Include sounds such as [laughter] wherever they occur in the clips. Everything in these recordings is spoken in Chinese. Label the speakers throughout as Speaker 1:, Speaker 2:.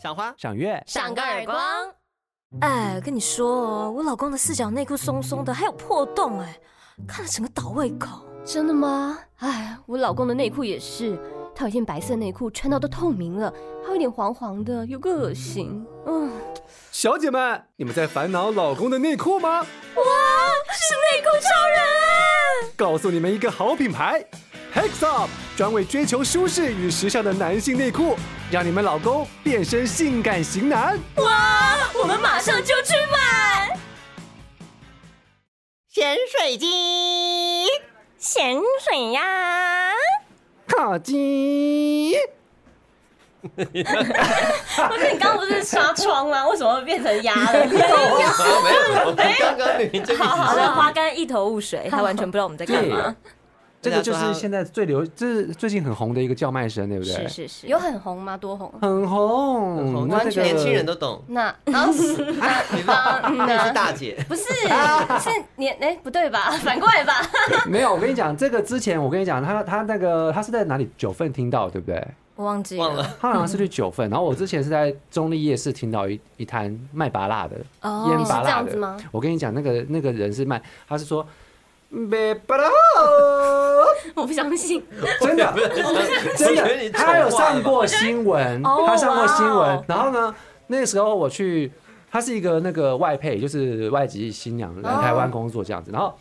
Speaker 1: 赏花、
Speaker 2: 赏月，
Speaker 3: 赏个耳光。
Speaker 4: 哎，跟你说哦，我老公的四角内裤松松的，还有破洞，哎，看了整个倒胃口。
Speaker 3: 真的吗？哎，我老公的内裤也是，他有一件白色内裤，穿到都透明了，还有点黄黄的，有个恶心。嗯，
Speaker 1: 小姐们，你们在烦恼老公的内裤吗？
Speaker 4: 是内裤超人啊！
Speaker 1: 告诉你们一个好品牌，Hexop，专为追求舒适与时尚的男性内裤，让你们老公变身性感型男。
Speaker 4: 我们马上就去买
Speaker 5: 咸水鸡，
Speaker 4: 咸水呀！
Speaker 1: 烤鸡，
Speaker 3: 而且你刚刚不是刷窗吗？为什么变成鸭了？
Speaker 6: 没有，我们刚刚你这个
Speaker 4: 好的，花干一头雾水，他完全不知道我们在干嘛。
Speaker 2: 这个就是现在最流，这是最近很红的一个叫卖身，对不对？
Speaker 3: 是是是，有很红吗？多红？
Speaker 2: 很红，嗯那
Speaker 6: 哦完
Speaker 2: 这
Speaker 6: 全
Speaker 2: 个
Speaker 6: 年轻人都懂，
Speaker 3: 那啊，
Speaker 6: 你
Speaker 3: 那
Speaker 4: 嗯
Speaker 6: 那
Speaker 3: 那
Speaker 6: 是大
Speaker 2: [laughs]
Speaker 6: 姐，
Speaker 3: 不是是年哎不对吧？反过来吧？
Speaker 2: 没有。我跟你讲，这个之前我跟你讲，他他那个他是在哪里九份听到，对不对？
Speaker 4: 我忘记
Speaker 6: 忘
Speaker 4: 了
Speaker 6: 了，
Speaker 2: 他好像是
Speaker 3: 嗯
Speaker 2: 去九份，然后我之前是在中立夜市听到一一摊卖拔辣的，
Speaker 4: 哦
Speaker 2: 腌
Speaker 3: 是
Speaker 2: 拔
Speaker 3: 这
Speaker 2: 辣
Speaker 3: 样子
Speaker 2: 的
Speaker 3: 吗。
Speaker 2: 我跟你讲，那个那个人是卖，他是说。卖拔辣，
Speaker 3: 我不相信，
Speaker 2: [laughs] 真的，啊真
Speaker 6: 哦 [laughs] 我觉得你
Speaker 2: 的，他有
Speaker 6: 丑化了
Speaker 2: 上
Speaker 6: 吧
Speaker 2: 过新闻，
Speaker 4: 哦
Speaker 2: 他上过新
Speaker 4: 哇
Speaker 2: 闻
Speaker 4: 哦。
Speaker 2: 然后呢，那时候我去，他是一个那个外配，就是外籍新娘来台湾工作这样
Speaker 3: 哦
Speaker 2: 子。然后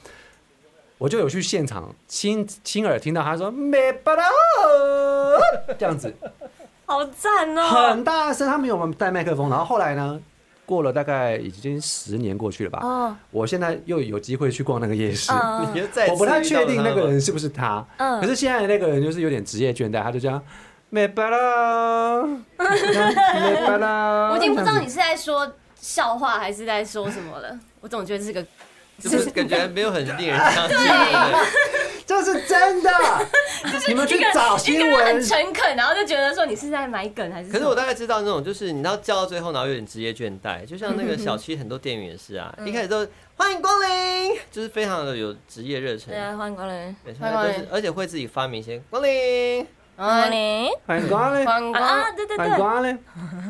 Speaker 2: 我就有去现场亲亲耳听到他说“美巴拉”哦这样子，
Speaker 4: 好赞哦！
Speaker 2: 很大声。他们有带麦克风。然后后来呢，过了大概已经十年过去了吧。
Speaker 4: 哦，
Speaker 2: 我现在又有机会去逛那个夜市，
Speaker 4: 嗯
Speaker 6: 你就再次
Speaker 2: 我不太确定
Speaker 6: 遇到了
Speaker 2: 那
Speaker 6: 他
Speaker 2: 个
Speaker 6: 吗
Speaker 2: 人是不是他。
Speaker 4: 嗯
Speaker 2: 可是现在那个人就是有点职业倦怠，他就这样，没巴啦，没巴啦，
Speaker 3: 我已经不知道你
Speaker 2: 这样子。
Speaker 3: 是在说笑话还是在说什么了。我总觉得这个
Speaker 6: [laughs] 就是感觉没有很令人相
Speaker 2: [laughs]
Speaker 6: 信的。
Speaker 2: 这是真
Speaker 3: [laughs]
Speaker 2: 的，你们去找
Speaker 3: 一个
Speaker 2: 新
Speaker 3: 人很
Speaker 2: 闻。
Speaker 3: 诚恳，然后就觉得说你是在买梗还是什么？
Speaker 6: 可是我大概知道那种，就是你知道叫到最后，然后有点职业倦怠，就像那个小区很多店员也是
Speaker 4: 嗯
Speaker 6: 啊，一开始都欢迎光临，就是非常的有职业热忱
Speaker 4: 对，啊，欢迎光临，
Speaker 6: 对
Speaker 3: 欢迎光临
Speaker 6: 就是而且会自己发明一些光临。
Speaker 4: 欢迎
Speaker 2: 欢迎光临，
Speaker 3: 光
Speaker 4: 光临啊！对对
Speaker 2: 欢迎
Speaker 4: 对，
Speaker 2: 光临，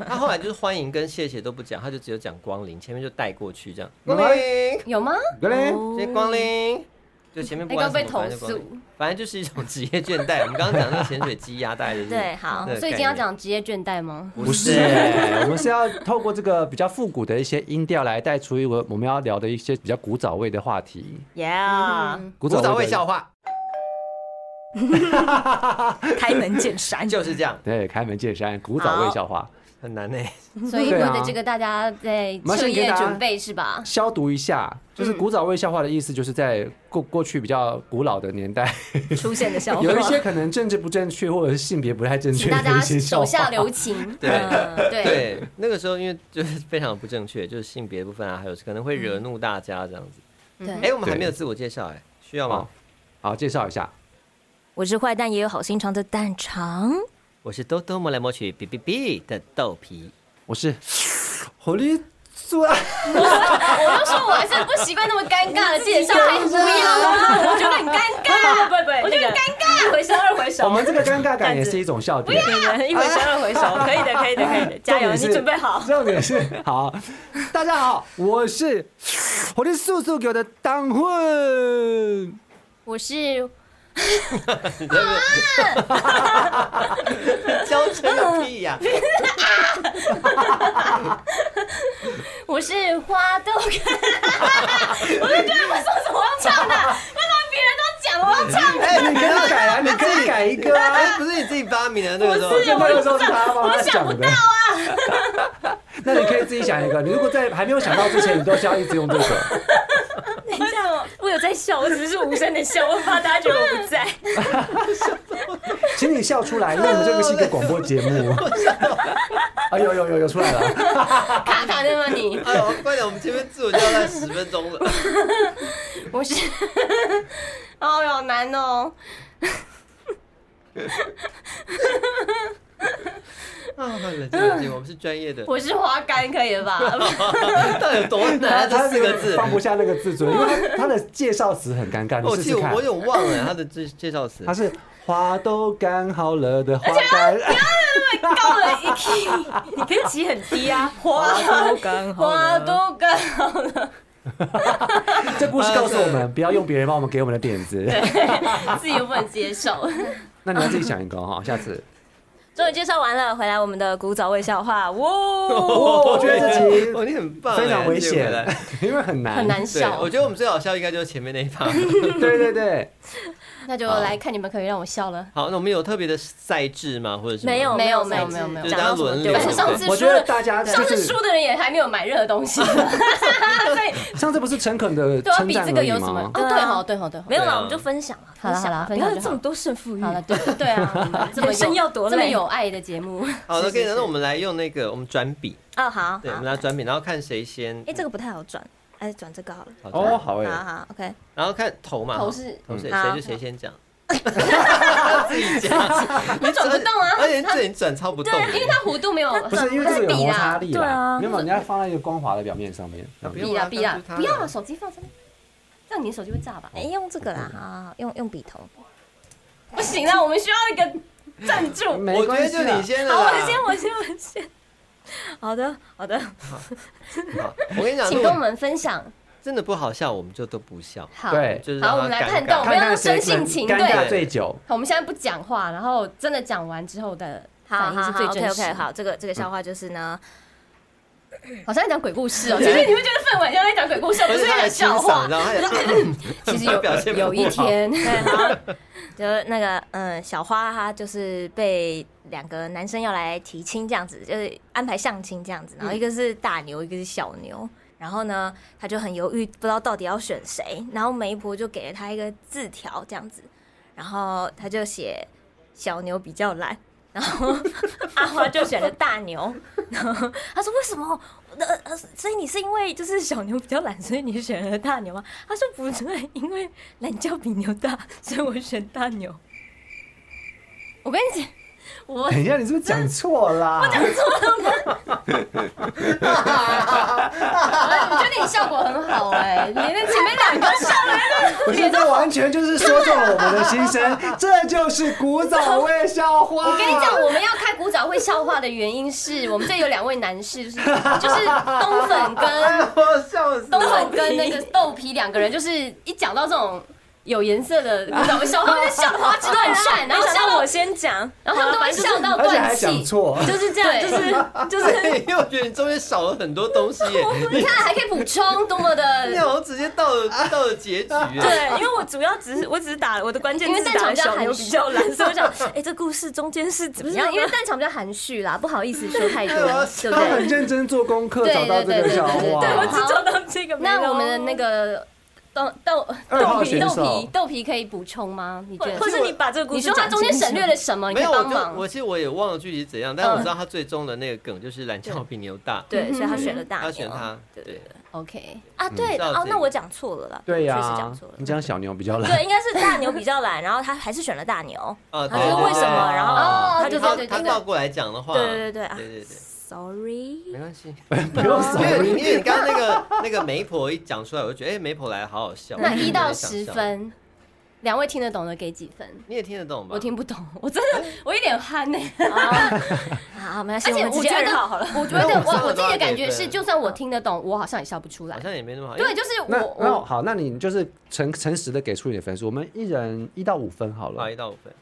Speaker 6: 他后来就是欢迎跟谢谢都不讲，他就只有讲光临，前面就带过去这样。
Speaker 2: 嗯
Speaker 6: 光临，
Speaker 3: 有吗？
Speaker 2: 光
Speaker 3: 哦
Speaker 2: 临。
Speaker 6: 谢谢光临，就前面不管
Speaker 3: 那
Speaker 6: 什
Speaker 3: 个
Speaker 6: 么反
Speaker 3: 被
Speaker 6: 正就
Speaker 3: 投
Speaker 6: 光
Speaker 3: 诉
Speaker 6: 临，反正就是一种职业倦怠。我们刚刚讲那个潜水鸡鸭，大
Speaker 3: [laughs]
Speaker 6: 概就是
Speaker 4: 对，好
Speaker 6: 那，个
Speaker 3: 所以今天要
Speaker 6: 概念
Speaker 3: 讲职业倦怠吗？
Speaker 2: 不是，我们是要透过这个比较复古的一些音调来带出一个我们要聊的一些比较古早味的话题。
Speaker 4: 耶！
Speaker 2: 古
Speaker 6: 古早
Speaker 2: 味
Speaker 6: 味
Speaker 2: 的
Speaker 6: 笑，话
Speaker 4: 开门见山，
Speaker 6: 就是这样，
Speaker 2: 对，开门见山，古早味笑话，
Speaker 6: 很难欸呢。
Speaker 3: 所以我的这个大家在
Speaker 2: 我们
Speaker 3: 彻
Speaker 2: 先给
Speaker 3: 夜
Speaker 2: 大家
Speaker 3: 准备是吧？
Speaker 2: 消毒一下。就是古早味笑话的意思，就是在过过去比较古老的年代，
Speaker 4: 出现的笑话，
Speaker 2: 有一些可能政治不正确或者是性别不太正确
Speaker 3: 请大
Speaker 2: 的
Speaker 3: 家
Speaker 2: 一些笑
Speaker 3: 手下
Speaker 2: 话。
Speaker 3: 留情。
Speaker 6: [laughs] 对
Speaker 3: 嗯对，
Speaker 6: 对，那个时候因为就是非常不正确，就是性别部分啊，还有可能会惹怒大家这样子。
Speaker 3: 嗯
Speaker 4: 对
Speaker 6: 哎、我们还没有自我介绍哎、需要吗
Speaker 2: 好？好，介绍一下，
Speaker 4: 我是坏蛋也有好心肠的蛋肠，
Speaker 6: 我是兜兜摸来摸去哔哔哔的豆皮， [laughs]
Speaker 2: 我是狐狸做
Speaker 3: 我就说我还是不习惯那么尴尬的介绍，还不要，我觉得很尴尬。不不不，我觉得很尴尬。一回生二回
Speaker 2: [laughs] 我们这个尴尬感也是一种笑点。
Speaker 4: 一回生二回熟，可以的，可以的，可以的，加油，
Speaker 2: [laughs] 重点
Speaker 4: 你
Speaker 2: 是
Speaker 4: 准备好。
Speaker 2: [laughs] 重点是好，大家好，我是狐狸素素给我的当混。
Speaker 3: 我是
Speaker 6: 娇嗔个屁呀、
Speaker 3: 我是花豆干， [laughs] 我就觉得我说什么要唱的，为什么别人都讲我要唱？
Speaker 6: 哎、
Speaker 2: 你可以改啊，你可以改一个啊。
Speaker 4: [laughs]
Speaker 2: 哦
Speaker 6: 哎，不是你自己发明的那个时候，
Speaker 2: 那个时候是他帮他想的。
Speaker 4: 啊 [laughs]
Speaker 2: 那你可以自己想一个，你如果在还没有想到之前，你都需要一直用这个。
Speaker 4: 等一下，我我有在笑，我只是无声的笑，我怕大家觉得我不在。
Speaker 2: 请你笑出来，因为我们这个是一个广播节目。
Speaker 4: [laughs]
Speaker 2: 啊，有有有有出来了，
Speaker 3: 卡卡的吗你？
Speaker 6: 哎呦，快点，我们前面自我介绍了十分钟了，
Speaker 3: 我是， [laughs] 哦，好难哦。
Speaker 6: 啊，冷静冷静，我们是专业的，
Speaker 3: 我是花干，可以了吧？ [laughs]
Speaker 6: 到底有多难啊？这四个字，
Speaker 2: 放不下那个自尊，因为他他的介绍词很尴尬，
Speaker 6: 哦我
Speaker 2: 你试
Speaker 6: 记
Speaker 2: 试
Speaker 6: 得
Speaker 2: 看
Speaker 6: 我。有点忘了他的介介绍词
Speaker 2: 他，是花都干好了的花干，
Speaker 3: 高了一 key，
Speaker 7: 你可以起很低啊，
Speaker 3: 花
Speaker 7: 都刚好
Speaker 3: 花
Speaker 7: 了
Speaker 3: 都干好了，
Speaker 2: [laughs] 这故事告诉我们，不要用别人帮我们给我们的点子。
Speaker 3: 自己又不能接受。
Speaker 2: 那你要自己想一个哈，下
Speaker 3: [laughs]
Speaker 2: 次。
Speaker 4: 终于介绍完了，回来我们的古早味笑话，哇！
Speaker 6: [laughs]
Speaker 2: 哦，我觉得自己
Speaker 6: 哦，你很棒哎，
Speaker 2: 非常
Speaker 6: 你
Speaker 2: 危
Speaker 6: 回
Speaker 2: 险
Speaker 6: 来
Speaker 2: [laughs] 因为很难。
Speaker 3: 很难
Speaker 6: 对，
Speaker 3: 笑
Speaker 6: 我。觉得我们最好笑应该就是前面那一趴。
Speaker 2: 对对对，
Speaker 3: 那就
Speaker 6: 好
Speaker 3: 来看你们可以让我笑了。
Speaker 6: 好，那我们有特别的赛制吗？或者是
Speaker 4: [laughs] 没有
Speaker 3: 没有
Speaker 4: 没有
Speaker 3: 没有没有
Speaker 6: 就是大
Speaker 4: 讲
Speaker 6: 家
Speaker 4: 到什么
Speaker 6: 轮
Speaker 4: 对
Speaker 6: 流
Speaker 4: 吧
Speaker 3: 而且上次
Speaker 2: 我
Speaker 3: 输
Speaker 2: 觉得
Speaker 3: 了，
Speaker 2: 大家
Speaker 3: 上
Speaker 2: 就
Speaker 3: 次
Speaker 2: 是
Speaker 3: 输的人也还没有买热的 [laughs] 东西，
Speaker 2: 上次不是诚恳的
Speaker 3: 对啊，
Speaker 2: 称
Speaker 3: 比
Speaker 2: 赞
Speaker 3: 这
Speaker 2: 而
Speaker 3: 个
Speaker 2: 已
Speaker 3: 有什么
Speaker 2: 吗？？
Speaker 3: 哦，对哈，对哈，对哈
Speaker 4: 没。有
Speaker 6: 对啊
Speaker 4: 啦，我们就分享了，
Speaker 3: 好啦好
Speaker 4: 啦
Speaker 3: 啦，
Speaker 4: 不
Speaker 3: 分享
Speaker 4: 要
Speaker 3: 就
Speaker 4: 这么多胜负欲。
Speaker 3: 好了，对对 [laughs] 啊，这么有
Speaker 4: 人生要多
Speaker 3: 这么
Speaker 4: 累
Speaker 3: 有爱的节目，
Speaker 6: 好的，可以。那我们来用那个我们转笔，
Speaker 4: 啊，好，
Speaker 6: 对，我
Speaker 4: 好
Speaker 6: 们，来转笔，然后看谁先。
Speaker 4: 哎，这个不太好转，哎，转这个好了。
Speaker 6: 好转
Speaker 2: 哦，好
Speaker 4: 好
Speaker 2: 哎，
Speaker 4: 好，OK，
Speaker 6: 然后看头嘛，
Speaker 3: [laughs]
Speaker 6: 哈
Speaker 3: 头是
Speaker 6: 头谁谁
Speaker 4: 嗯好
Speaker 6: 就谁先 [laughs] 讲。自己讲，
Speaker 3: 你转不动啊，
Speaker 6: 而且这里转超不动的，
Speaker 3: 因为它弧度没有，
Speaker 2: 不是因为
Speaker 3: 它
Speaker 2: 这个有
Speaker 3: 笔
Speaker 2: 摩
Speaker 3: 啦
Speaker 2: 擦，力
Speaker 4: 对啊
Speaker 2: 啦，没有，你要放在一个光滑的表面上面。
Speaker 6: 啊不用
Speaker 3: 笔啦
Speaker 6: 不
Speaker 3: 笔啦
Speaker 6: 要，它
Speaker 3: 不要啊，手机放上面，这样你的手机会炸吧？
Speaker 4: 哎，用这个啦，好好，好用用笔头。
Speaker 3: 不行啊，我们需要一个赞助。好，
Speaker 2: 没
Speaker 6: 我觉
Speaker 2: 关
Speaker 6: 得
Speaker 2: 系
Speaker 6: 就你
Speaker 2: 啦，
Speaker 6: 先了啦。
Speaker 4: 好，我先，我先，我先。好的，好的，
Speaker 6: 好我跟你讲，
Speaker 3: [laughs] 请
Speaker 6: 如
Speaker 3: 跟我
Speaker 6: 果
Speaker 3: 们分享。
Speaker 6: 真的不好笑，我们就都不笑。
Speaker 3: 好，
Speaker 2: 对
Speaker 6: 就是让
Speaker 3: 好，
Speaker 6: 它
Speaker 3: 我们来
Speaker 6: 尴
Speaker 3: 判
Speaker 6: 尬
Speaker 3: 断，我们
Speaker 2: 看看
Speaker 3: 要用
Speaker 2: 谁
Speaker 3: 真
Speaker 2: 可能
Speaker 3: 性情。
Speaker 2: 尴尬
Speaker 3: 对，
Speaker 2: 最久。 [laughs]
Speaker 3: 好我们现在不讲话，然后真的讲完之后的
Speaker 4: 好
Speaker 3: 反应
Speaker 4: 好
Speaker 3: 是
Speaker 4: 好
Speaker 3: 最真
Speaker 4: ，OK
Speaker 3: 实。
Speaker 4: OK，好，这个这个笑话就是呢，
Speaker 3: 好像在讲鬼故事哦。其实你会觉得氛围像在讲鬼故事，哦不
Speaker 6: 而
Speaker 3: 是
Speaker 6: 且
Speaker 3: 在
Speaker 6: 他
Speaker 3: 讲
Speaker 6: 还清
Speaker 3: 笑
Speaker 6: 嗓，
Speaker 3: 话
Speaker 6: 你知。道吗？
Speaker 3: [laughs]
Speaker 6: 他也
Speaker 3: 其实
Speaker 6: 他表现不
Speaker 3: 有
Speaker 6: 好
Speaker 3: 有一天，
Speaker 4: 对，好，就是那个嗯，小花她就是被两个男生要来提亲这样子，就是安排相亲这样子，然后一个是大牛，一个是小牛。然后呢，她就很犹豫，不知道到底要选谁。然后媒婆就给了她一个字条这样子，然后她就写小牛比较懒，然后 [laughs] 阿花就选了大牛。然后她说为什么？呃呃，所以你是因为就是小牛比较懒，所以你选了大牛吗？她说不对，因为懒觉比牛大，所以我选大牛。
Speaker 3: 我跟你讲，我
Speaker 2: 等一下，你是不是讲错
Speaker 3: [laughs]
Speaker 2: 啦？
Speaker 3: 我觉得你效果很好哎，你那前面两个笑
Speaker 2: 不是，这完全就是说中了我们的心声，这就是古早味笑话。我
Speaker 3: 我跟你讲，我们要开古早会笑话的原因是我们这有两位男士，就是就是东粉跟
Speaker 6: 我笑死
Speaker 3: 东粉跟那个豆皮两个人，就是一讲到这种有颜色的古早会笑话，他们就笑得花枝乱颤， [laughs] 然后
Speaker 4: 没想
Speaker 3: 笑
Speaker 4: 到
Speaker 3: 到
Speaker 4: 我，先讲，
Speaker 3: 然后他们都会笑到
Speaker 2: 而且还
Speaker 3: 断
Speaker 2: 讲
Speaker 3: 气。
Speaker 2: 错，
Speaker 4: 就是这样，
Speaker 3: 对
Speaker 4: 就是就
Speaker 3: [laughs]
Speaker 6: 对，
Speaker 4: 是。
Speaker 6: 因为我觉得你中间少了很多东西耶，
Speaker 3: 你看还可以补充，多
Speaker 6: [laughs]
Speaker 3: 么的
Speaker 6: 你好像直接到了到了结局耶。
Speaker 4: 对，因为我主要只是我只是打我的关键
Speaker 3: 因为
Speaker 4: 字
Speaker 3: 蛋
Speaker 4: 打
Speaker 3: 炒
Speaker 4: 了
Speaker 3: 酱
Speaker 4: 小牛
Speaker 3: 含
Speaker 4: 比
Speaker 3: 蓄
Speaker 4: 较懒，所以我想，
Speaker 3: [laughs]
Speaker 4: 哎，这故事中间是怎
Speaker 3: 不
Speaker 4: 么
Speaker 3: 是
Speaker 4: 样？
Speaker 3: 因为蛋炒比较含蓄啦，不好意思说太多，
Speaker 6: 对我要
Speaker 3: 对不
Speaker 2: 他很
Speaker 3: 对？
Speaker 2: 认真做功课，找到这个笑
Speaker 3: 对对对 [laughs] 对对对
Speaker 4: 我
Speaker 3: 对
Speaker 2: 话。
Speaker 4: 只
Speaker 3: 好
Speaker 4: 找到这个。
Speaker 3: 那我们的那，个豆豆
Speaker 2: 二
Speaker 3: 豆
Speaker 2: 号
Speaker 3: 皮
Speaker 2: 选
Speaker 3: 豆
Speaker 2: 手
Speaker 3: 皮豆皮可以补充吗？你觉
Speaker 4: 或
Speaker 3: 得？
Speaker 4: 是你把这个故
Speaker 3: 你
Speaker 4: 事
Speaker 3: 说他中间省
Speaker 4: 嗯
Speaker 3: 略了什么？你
Speaker 6: 没
Speaker 3: 可
Speaker 6: 有，
Speaker 3: 以
Speaker 6: 我
Speaker 3: 帮
Speaker 6: 就
Speaker 3: 忙嗯
Speaker 6: 我。其实我也忘了具体怎样，但我知道他最终的那个梗就是蓝教比牛大，
Speaker 4: 对，所以他选了大
Speaker 6: 他
Speaker 4: 牛。
Speaker 6: 选他，
Speaker 4: 对对
Speaker 6: 对，
Speaker 3: OK，
Speaker 4: 啊，对
Speaker 6: 知道
Speaker 4: 哦
Speaker 6: 这，
Speaker 4: 那
Speaker 6: 个
Speaker 4: 我讲错了啦，
Speaker 2: 对
Speaker 4: 确实
Speaker 2: 呀
Speaker 4: 讲错了，
Speaker 2: 你。讲小牛比较懒。
Speaker 4: 对，应该是大牛比较懒，然后他还是选了大牛。
Speaker 6: 啊，
Speaker 4: 他
Speaker 6: 对
Speaker 4: 说
Speaker 6: 对
Speaker 4: 为什么？
Speaker 2: 对
Speaker 4: 然后
Speaker 3: 哦
Speaker 4: 他就
Speaker 3: 对
Speaker 4: 说
Speaker 6: 他
Speaker 3: 对对
Speaker 6: 他
Speaker 3: 那个
Speaker 6: 倒过来讲的话，
Speaker 4: 对对对啊
Speaker 6: 对对对，
Speaker 4: sorry。
Speaker 6: 没关系，
Speaker 2: 不用扫
Speaker 6: 因为因为你刚刚那个 [laughs] 那个媒婆一讲出来，我就觉得哎，媒婆来好好笑，
Speaker 3: 那
Speaker 6: 我就
Speaker 3: 一到
Speaker 6: 有点想
Speaker 3: 十
Speaker 6: 笑，
Speaker 3: 分，两位听得懂的给几分？
Speaker 6: 你也听得懂吧？
Speaker 3: 我听不懂，我真的我一脸汗呢。
Speaker 4: 好，没关系，
Speaker 3: 而
Speaker 4: 我
Speaker 3: 且
Speaker 4: 们直
Speaker 3: 我
Speaker 4: 接
Speaker 3: 觉
Speaker 4: 二
Speaker 3: 得
Speaker 4: 号好了。，
Speaker 3: 我觉 [laughs] 得
Speaker 6: 我上
Speaker 3: 我
Speaker 6: 了
Speaker 3: 我自己的感
Speaker 6: 多
Speaker 3: 觉
Speaker 6: 少
Speaker 3: 是，
Speaker 6: 给分
Speaker 3: 就算我听得懂，我好像也笑不出来
Speaker 6: 好。像也哎没那么好，因
Speaker 3: 对，
Speaker 6: 为
Speaker 3: 就是
Speaker 2: 那
Speaker 3: 我
Speaker 2: 那
Speaker 3: 我
Speaker 2: 好，那你就是诚诚实的给出你的分数，我们一人一到五分好
Speaker 6: 好
Speaker 2: 了
Speaker 6: 一。到
Speaker 3: [laughs]
Speaker 6: 五分，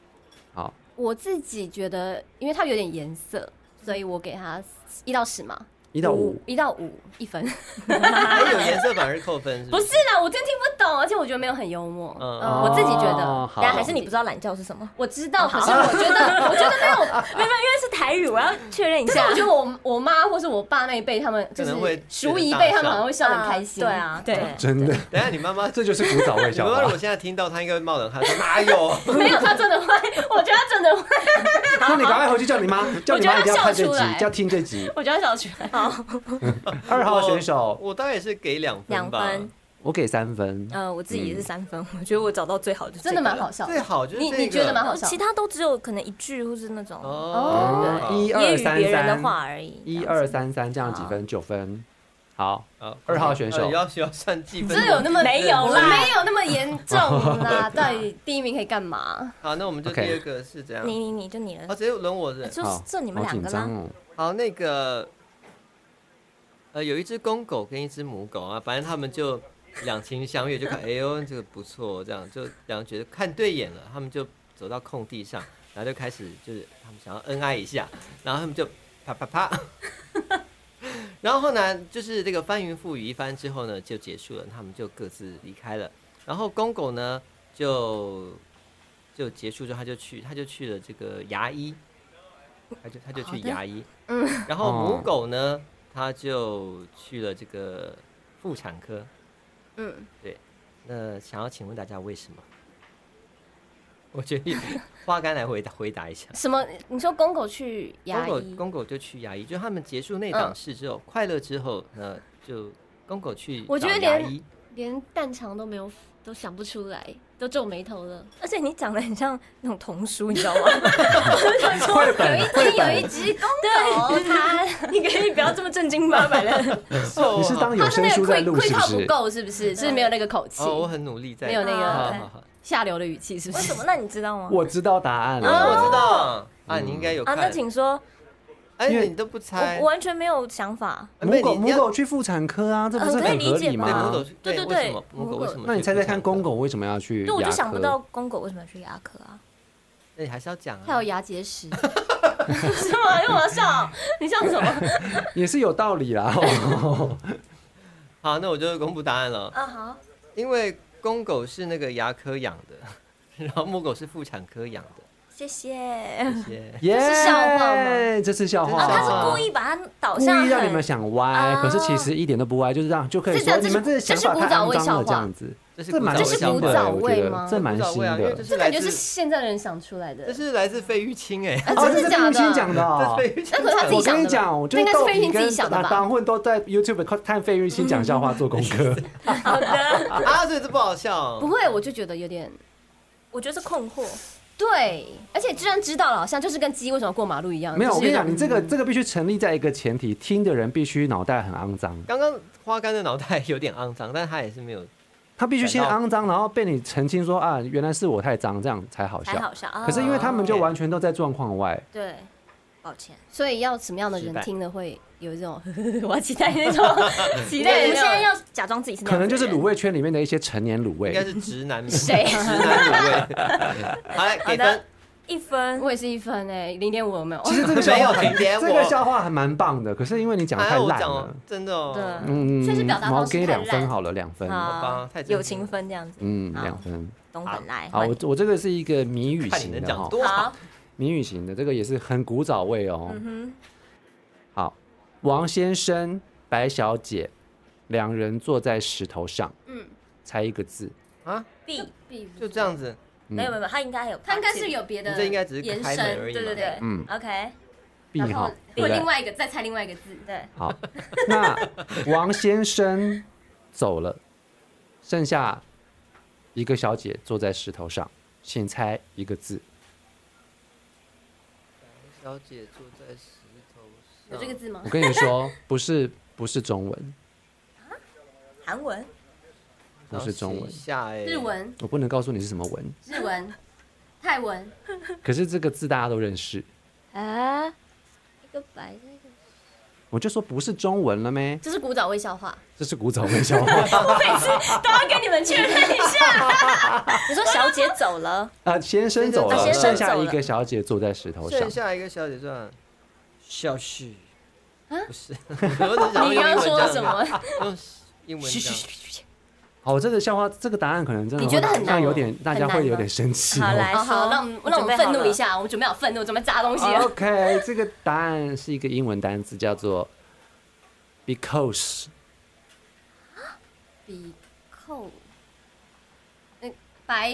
Speaker 2: 好，
Speaker 3: 我自己觉得，因为它有点颜色，所以我给它一到十嘛，
Speaker 2: 一到五，
Speaker 3: 一到五一
Speaker 6: [laughs]
Speaker 3: 分。
Speaker 6: 哎有颜色反而扣分，
Speaker 3: 不
Speaker 6: 不
Speaker 3: 是？啦，我真听不懂，而且我觉得没有很幽默。
Speaker 6: 嗯
Speaker 3: 嗯，我自己觉
Speaker 2: 哦
Speaker 4: [laughs]
Speaker 3: 得，
Speaker 2: 好
Speaker 4: 但还是你不知道懒觉是什么？
Speaker 3: 我知
Speaker 6: 哦
Speaker 3: 道，可是我觉
Speaker 6: [laughs]
Speaker 3: 得，我觉得没有，
Speaker 4: [laughs] 没有，没有因为是台语，我要确认一
Speaker 3: 但
Speaker 4: [laughs]
Speaker 3: 是
Speaker 4: 下
Speaker 3: 我。觉得我我妈或是我爸那一辈，他们就
Speaker 6: 可
Speaker 3: 是
Speaker 6: 能会
Speaker 3: 叔姨辈，他们好像会笑得很开心。
Speaker 4: 啊对啊
Speaker 3: 对。
Speaker 4: 对
Speaker 2: 真的，
Speaker 6: 等一下你妈妈，
Speaker 2: 这就是古早味
Speaker 6: 你
Speaker 2: 笑
Speaker 6: 妈妈如
Speaker 2: 话
Speaker 6: 果。现在听到，她应该会冒冷汗，说哎哪
Speaker 2: [laughs]
Speaker 6: 有？
Speaker 3: [laughs] 没有，他真的会，我觉得他真的会，
Speaker 2: 那你赶快回去叫你妈，叫你妈一定要看这
Speaker 3: 我觉得要笑出来
Speaker 2: 集，要听这集。
Speaker 3: [laughs] 我觉得他笑出来。
Speaker 4: 好，
Speaker 2: 二号选手，
Speaker 6: 我大概也是给两
Speaker 4: 两
Speaker 6: 分吧，
Speaker 4: 分
Speaker 2: 我给三分。
Speaker 4: 呃，我自己也是三分， [laughs] 我觉得我找到最好的，哦
Speaker 3: 真的蛮好。笑
Speaker 6: 最
Speaker 3: 的。
Speaker 6: 好就是
Speaker 3: 你
Speaker 6: 这
Speaker 3: 你
Speaker 6: 个
Speaker 3: 觉得蛮好笑
Speaker 4: 其？他都只有可能一句或是那种
Speaker 6: 哦
Speaker 2: 啊一
Speaker 4: 揶
Speaker 2: 二
Speaker 4: 揄
Speaker 2: 三
Speaker 4: 别人的
Speaker 2: 三，
Speaker 4: 话而已。
Speaker 2: 一二三三，这样几分？九分。好，
Speaker 6: 好
Speaker 2: 二号选手
Speaker 6: 呃要需要算计分。
Speaker 3: 这有那么
Speaker 7: 没有啦
Speaker 3: 没有那么严
Speaker 6: [laughs]
Speaker 3: 重啦。到底第一名可以干嘛？
Speaker 6: 好，那我们就第
Speaker 2: OK
Speaker 6: 二个是怎样？
Speaker 4: 你你你就你了
Speaker 6: 哦，，直接轮我是不是。
Speaker 4: 就是
Speaker 2: 好
Speaker 4: 这你们
Speaker 2: 好
Speaker 4: 两
Speaker 2: 紧
Speaker 4: 个
Speaker 2: 张
Speaker 4: 啦。
Speaker 2: 哦。
Speaker 6: 好，那个，呃，有一只公狗跟一只母狗啊，反正他们就两情相悦，就看，哎呦，这个不错，这样就两人觉得看对眼了，他们就走到空地上，然后就开始就是他们想要恩爱一下，然后他们就啪啪啪。 [laughs] 然后后来就是这个翻云覆雨一番之后呢，就结束了，他们就各自离开了。然后公狗呢，就就结束之后，他就去，他就去了这个牙医，他就他就去
Speaker 4: 好的
Speaker 6: 牙医。
Speaker 3: 嗯，
Speaker 6: 然后母
Speaker 2: 哦
Speaker 6: 狗呢，它就去了这个妇产科。
Speaker 3: 嗯，
Speaker 6: 那想要请问大家为什么？ [laughs] 我觉得 [laughs] 花干来回答回答一下。
Speaker 3: 什么？你说公狗去
Speaker 6: 公
Speaker 3: 牙
Speaker 6: 狗
Speaker 3: 医？
Speaker 6: 公狗就去牙医，就他们结束那档
Speaker 3: 嗯
Speaker 6: 事之后，快乐之后，那就公狗去
Speaker 3: 我觉
Speaker 6: 找
Speaker 3: 得
Speaker 6: 牙
Speaker 3: 连
Speaker 6: 医。
Speaker 3: 连蛋肠都没有，都想不出来，都皱眉头了。
Speaker 4: 而且你长得很像那种童书，你知 [laughs] 道吗？
Speaker 2: 绘本，绘
Speaker 3: 有一
Speaker 2: 本，
Speaker 3: 只公狗，它
Speaker 4: [laughs] 你可以不要这么正经 [laughs] 八百的。
Speaker 6: 哦
Speaker 2: 你是当有
Speaker 3: 它是
Speaker 2: 声
Speaker 3: 那
Speaker 2: 书
Speaker 3: 个
Speaker 2: 在
Speaker 3: 愧
Speaker 2: 录
Speaker 3: 愧
Speaker 2: 是不
Speaker 3: 靠不
Speaker 2: 是？
Speaker 3: 够，是不是？是没有那个口气，
Speaker 6: 哦，我很努力在。
Speaker 3: 没有那
Speaker 6: 好
Speaker 3: 个
Speaker 6: 好好，
Speaker 3: 下流的语气，是不
Speaker 4: 为
Speaker 3: 是
Speaker 4: 什？么？那你知道吗？
Speaker 2: 我知道答案
Speaker 6: 我
Speaker 2: 了，
Speaker 6: 知道啊，你应该
Speaker 3: 哦
Speaker 6: 有
Speaker 4: 啊，
Speaker 6: 看。
Speaker 4: 那请说，
Speaker 6: 哎，
Speaker 2: 因为
Speaker 6: 你都不猜呃
Speaker 4: 我我。完全没有想法。
Speaker 2: 母狗
Speaker 6: 你
Speaker 2: 母
Speaker 6: 你要
Speaker 2: 狗去妇产科啊，这不是
Speaker 4: 呃可以
Speaker 2: 很合
Speaker 4: 理解
Speaker 2: 理
Speaker 4: 吧
Speaker 6: 对母狗
Speaker 2: 吗？
Speaker 6: 去
Speaker 4: 对对
Speaker 6: 为什
Speaker 4: 对
Speaker 6: 么母狗
Speaker 4: 母
Speaker 6: 为
Speaker 4: 狗
Speaker 6: 什么？
Speaker 2: 那你猜猜看，公。狗为什么要去？
Speaker 4: 对，我就想不到。公狗为什么要去牙科啊？
Speaker 6: 那你还是要讲啊。
Speaker 3: 它有牙
Speaker 2: [laughs]
Speaker 3: 结石，
Speaker 4: 是吗？因为我要笑，你笑什么？
Speaker 2: 也是有道理
Speaker 4: [laughs]
Speaker 2: 啦。哦
Speaker 6: 好，那我就公布答案了。
Speaker 4: 啊好，
Speaker 6: 因为公狗是那个牙科养的，然 [laughs] 后母狗是妇产科养的。
Speaker 4: 谢谢。
Speaker 6: [laughs] 这些
Speaker 2: 耶，
Speaker 3: 是笑话吗
Speaker 2: 这啊是笑话
Speaker 4: 啊，
Speaker 6: 哦
Speaker 4: 他
Speaker 6: 它
Speaker 4: 是故意把它导
Speaker 2: 故
Speaker 4: 向
Speaker 2: 意
Speaker 4: 很，
Speaker 2: 让你们想歪
Speaker 4: 啊，
Speaker 2: 可是其实一点都不歪，就是让就可以
Speaker 3: 这
Speaker 2: 说
Speaker 3: 这
Speaker 2: 你们这想法
Speaker 3: 嗯这是
Speaker 2: 太
Speaker 3: 古早
Speaker 2: 肮
Speaker 3: 味
Speaker 2: 脏了
Speaker 3: 笑话
Speaker 2: 这样子，
Speaker 6: 这是
Speaker 2: 这蛮
Speaker 3: 这是
Speaker 2: 新
Speaker 3: 古早
Speaker 2: 的，
Speaker 3: 味
Speaker 2: 我觉
Speaker 3: 吗
Speaker 2: 得这蛮新
Speaker 6: 啊，因为这
Speaker 2: 的。
Speaker 6: 是
Speaker 3: 感
Speaker 6: 来
Speaker 3: 觉是
Speaker 6: 自
Speaker 3: 现在人想出来的
Speaker 6: 这。是来自费玉清哎，
Speaker 3: 啊
Speaker 2: 哦，这
Speaker 3: 真的
Speaker 2: 是
Speaker 3: 假
Speaker 2: 费玉清
Speaker 3: 的？
Speaker 2: 讲的哦。
Speaker 6: 费玉清
Speaker 3: 那可是他
Speaker 2: [laughs]
Speaker 3: 自
Speaker 2: 我
Speaker 3: 己想
Speaker 2: 跟你
Speaker 3: 的吧
Speaker 2: 讲，我觉
Speaker 3: 那应
Speaker 2: 得
Speaker 3: 该是
Speaker 2: 豆
Speaker 3: 费玉
Speaker 2: 皮
Speaker 3: 清自己
Speaker 2: 跟
Speaker 3: 想的吧嗯
Speaker 2: 当混都在 YouTube 看看费玉清讲笑话做功课。
Speaker 4: 好的，
Speaker 6: [laughs] 啊，所以这不好笑
Speaker 3: 不。会，我就觉得有点
Speaker 4: 我觉得是困惑。
Speaker 3: 对，而且居然知道了，好像就是跟鸡为什么过马路一
Speaker 2: [laughs]
Speaker 3: 样。
Speaker 2: 没有，
Speaker 3: 就
Speaker 2: 我
Speaker 3: 是
Speaker 2: 跟你
Speaker 3: 有
Speaker 2: 讲，你这个这个必须成立在一个前提，听的人必须脑袋很肮脏，
Speaker 6: 刚刚花干的脑袋有点肮脏，但他也是没有。
Speaker 2: 他必须先
Speaker 6: 感
Speaker 2: 肮脏，然后被你澄清说啊，原来是我太脏，这样才好
Speaker 4: 还
Speaker 2: 笑。
Speaker 4: 好笑啊。
Speaker 2: 可是因为他们
Speaker 3: 哦
Speaker 2: 就完全都在状况外，
Speaker 4: 对，抱歉，
Speaker 3: 所以要什么样的人
Speaker 6: 失败
Speaker 3: 听了会有一种 [laughs] 我要期待那
Speaker 2: [laughs]
Speaker 3: 种期
Speaker 4: 你
Speaker 3: 待
Speaker 4: 对，
Speaker 3: 的
Speaker 4: 你
Speaker 3: 那
Speaker 4: 现在
Speaker 3: 种。
Speaker 4: 要假装自己是那
Speaker 2: 可
Speaker 4: 样
Speaker 2: 能就是
Speaker 4: 的人
Speaker 2: 卤味圈里面的一些成年卤
Speaker 6: 应该
Speaker 2: 味。
Speaker 6: 是直男 [laughs]
Speaker 3: 谁 [laughs]
Speaker 6: 直男卤味。好来给分，
Speaker 4: 一分，
Speaker 3: 我也是一分哎、零点五有没有？
Speaker 2: [laughs] 其实这个笑话
Speaker 6: 没有
Speaker 2: 很，
Speaker 6: 停点
Speaker 2: 这
Speaker 6: 我
Speaker 2: 个笑话还蛮棒的，可是因为你讲得
Speaker 6: 哎
Speaker 2: 太
Speaker 6: 我
Speaker 2: 烂
Speaker 6: 讲哦
Speaker 2: 了，
Speaker 6: 真的哦，
Speaker 4: 对
Speaker 2: 嗯
Speaker 3: 所以是表达，
Speaker 2: 我
Speaker 3: 方式
Speaker 2: 给
Speaker 3: 太
Speaker 2: 两分
Speaker 3: 烂
Speaker 2: 好了，两分，
Speaker 6: 好吧太正经了
Speaker 4: 友情分这样子，
Speaker 2: 嗯，
Speaker 4: 好
Speaker 2: 两分。
Speaker 4: 东粉来，
Speaker 2: 好，
Speaker 4: 换
Speaker 2: 我
Speaker 4: 你
Speaker 2: 我这个是一个谜语
Speaker 6: 看你
Speaker 2: 型
Speaker 6: 能
Speaker 2: 的
Speaker 6: 讲
Speaker 2: 哈，
Speaker 6: 多好
Speaker 4: 好。
Speaker 2: 谜语型的这个也是很古早味哦。
Speaker 4: 嗯
Speaker 2: 好，王先生、白小姐，两人坐在石头上，
Speaker 3: 嗯，
Speaker 2: 猜一个字。
Speaker 6: 啊，
Speaker 4: 哼，B
Speaker 6: 就这样子，
Speaker 2: 嗯
Speaker 4: 没有没有，没有他应该有 part two，
Speaker 3: 哦他应该是有别的
Speaker 6: 你这应该只是
Speaker 3: 延
Speaker 6: 开
Speaker 3: 伸，
Speaker 6: 门而
Speaker 3: 对
Speaker 6: 已嘛
Speaker 3: 对对，
Speaker 2: 嗯
Speaker 4: ，OK，
Speaker 2: ，B
Speaker 3: 然
Speaker 2: 好
Speaker 3: 后，
Speaker 2: 对不
Speaker 3: 会
Speaker 2: 对
Speaker 3: 另？外一个再猜另外一个字，
Speaker 4: 对，
Speaker 2: 好，那王先生走了，剩下一个小姐坐在石头上，请猜一个字。
Speaker 6: 小姐坐在石头
Speaker 3: 有
Speaker 6: 上。
Speaker 3: 这个字吗
Speaker 2: 我？跟你说， [laughs] 不是不是中文，
Speaker 4: 韩文，
Speaker 2: 不是中
Speaker 6: 我
Speaker 2: 文
Speaker 6: 写一，下哎，
Speaker 3: 日文、
Speaker 2: 我不能告诉你是什么文，
Speaker 3: 日文、泰文，
Speaker 2: 可是这个字大家都认识。
Speaker 3: 啊，一个白，
Speaker 2: 我就说不是中文了咩？
Speaker 3: 这是古早味笑话。
Speaker 2: 这是古早味笑话
Speaker 4: 都要跟你们确认一下。 [laughs] 你说小姐走了，
Speaker 2: [laughs] 啊！先生走
Speaker 6: 啊
Speaker 2: 了，
Speaker 6: 先生
Speaker 2: 剩
Speaker 4: 走
Speaker 2: 下
Speaker 4: 了
Speaker 2: 一个小姐坐在石头上
Speaker 6: 剩。下一个小姐算小旭啊，不是， [laughs] 你
Speaker 3: [laughs] 你刚刚说了什？么？
Speaker 6: 用英文讲，
Speaker 2: 好，这个笑话，这个答案可能真的
Speaker 3: 你
Speaker 2: 会
Speaker 3: 觉得很难
Speaker 2: 让
Speaker 3: 哦
Speaker 2: 有点大家
Speaker 4: 很难
Speaker 2: 会有
Speaker 4: 吗
Speaker 2: 点生气
Speaker 4: 好
Speaker 2: 哦。
Speaker 4: 来
Speaker 3: 好好，
Speaker 4: 说
Speaker 3: 让我们让我
Speaker 4: 准备
Speaker 3: 们
Speaker 4: 好
Speaker 3: 愤怒
Speaker 4: 了
Speaker 3: 一下，我们准备好愤怒，准备砸东西了。
Speaker 2: OK，这 [laughs] 个答案是一个英文单词，叫做 because。
Speaker 3: 比扣，那白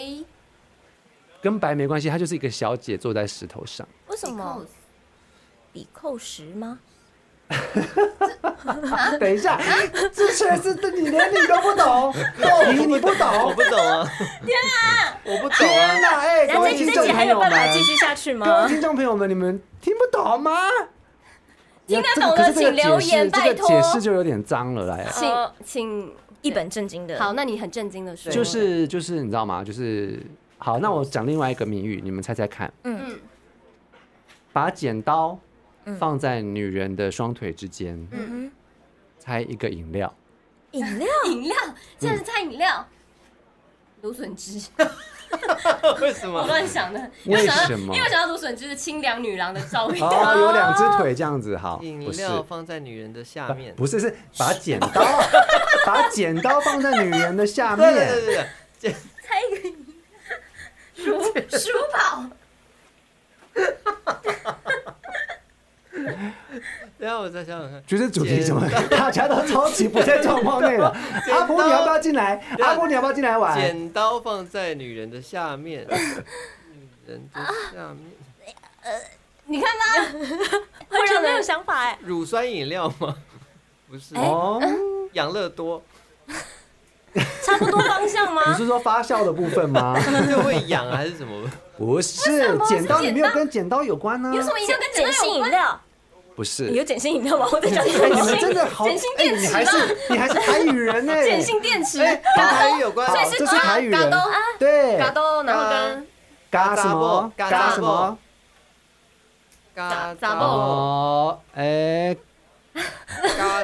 Speaker 2: 跟白没关系，她就是一个小姐坐在石头上。
Speaker 4: 为什么
Speaker 3: 扣子
Speaker 4: 比扣十吗？
Speaker 2: 啊等一下， [laughs] 这确实你连你都不 [laughs] 懂，豆你你不
Speaker 6: 我
Speaker 2: 懂，
Speaker 6: 不懂啊！天啊，我不懂
Speaker 2: 天
Speaker 6: 啊！
Speaker 2: 哪！哎，
Speaker 4: 然
Speaker 2: 各
Speaker 4: 后
Speaker 2: 位
Speaker 4: 这
Speaker 2: 听
Speaker 4: 这
Speaker 2: 众
Speaker 4: 集还
Speaker 2: 朋
Speaker 4: 有
Speaker 2: 友
Speaker 4: 办法
Speaker 2: 们，
Speaker 4: 继续下去吗
Speaker 2: 各？位听众朋友们，你们听不懂吗？
Speaker 3: 听得懂
Speaker 2: 可是
Speaker 3: 的
Speaker 2: 这个
Speaker 3: 请留
Speaker 2: 解释
Speaker 3: 言，拜
Speaker 2: 这个解释
Speaker 3: 托。
Speaker 2: 就有点脏了来。
Speaker 3: 请
Speaker 7: 呃
Speaker 3: 请
Speaker 4: [laughs] 一本正经的。
Speaker 3: 好，，那你很震惊的说，
Speaker 2: 就是就是你知道吗？就是好，那我讲另外一个谜语，你们猜猜看。
Speaker 4: 嗯，
Speaker 3: 嗯
Speaker 2: 把剪刀放在女人的双腿之间，
Speaker 4: 嗯
Speaker 2: 猜一个饮料。
Speaker 4: [laughs] 饮料
Speaker 3: 饮料，竟然是猜饮料，芦笋汁，
Speaker 6: 为什
Speaker 3: 我
Speaker 6: 么？
Speaker 3: 乱想的，因
Speaker 2: [laughs] 为
Speaker 3: 为想
Speaker 2: 什
Speaker 3: 到
Speaker 2: 么
Speaker 3: 因为想到芦笋汁的清凉女郎的照片，
Speaker 2: 哦，
Speaker 3: [laughs]
Speaker 2: 有两只腿这样子，好，
Speaker 6: 饮
Speaker 2: 不是，
Speaker 6: 料放在女人的下面。
Speaker 2: 不是，是把剪
Speaker 6: [laughs]
Speaker 2: 刀，把剪刀放在女人的下
Speaker 6: 对对对
Speaker 2: 面。
Speaker 6: 对对，这
Speaker 3: 舒舒宝，
Speaker 6: 然后我再想想
Speaker 2: [laughs]
Speaker 6: 看，
Speaker 2: 觉得主题怎么，大家都超级不在状况内了。
Speaker 6: 剪刀啊
Speaker 2: 阿婆，你要不要进来？阿婆，你要不要进来玩？
Speaker 6: 剪刀放在女人的下面，女人的下面，
Speaker 3: 你看吧，
Speaker 7: 完全没有想法哎、
Speaker 6: 乳酸饮料吗？不是，
Speaker 2: 哦，
Speaker 6: 哎养乐多
Speaker 7: 差不多方向吗
Speaker 2: 你？是说发酵的部分吗？
Speaker 6: 就会痒啊还是什
Speaker 2: [laughs]
Speaker 6: 么？
Speaker 2: 不是，剪刀你没有跟剪刀有关呢。
Speaker 3: 有什么饮料跟
Speaker 4: 碱性饮料，
Speaker 2: 不是
Speaker 4: 你，有碱性饮料吗？我在想
Speaker 2: 哎，你
Speaker 4: 碱
Speaker 2: 们
Speaker 4: 性
Speaker 2: 真的好，
Speaker 3: 碱性
Speaker 2: 哎，
Speaker 3: 电
Speaker 2: 你
Speaker 3: 池
Speaker 2: 还是你还是台语人呢。
Speaker 3: 碱性电池，
Speaker 6: 哎，跟台语有关，
Speaker 2: 好，这是台语人
Speaker 3: 嘎东，
Speaker 2: 对，
Speaker 3: 嘎兜，啊然后
Speaker 2: 呃
Speaker 3: 跟
Speaker 2: 嘎什么
Speaker 6: 嘎
Speaker 2: 嘎什
Speaker 6: 嘎
Speaker 2: 么
Speaker 6: 嘣？嘎
Speaker 3: 杂杂
Speaker 6: 哦
Speaker 2: 哦，哎， [laughs]
Speaker 6: 嘎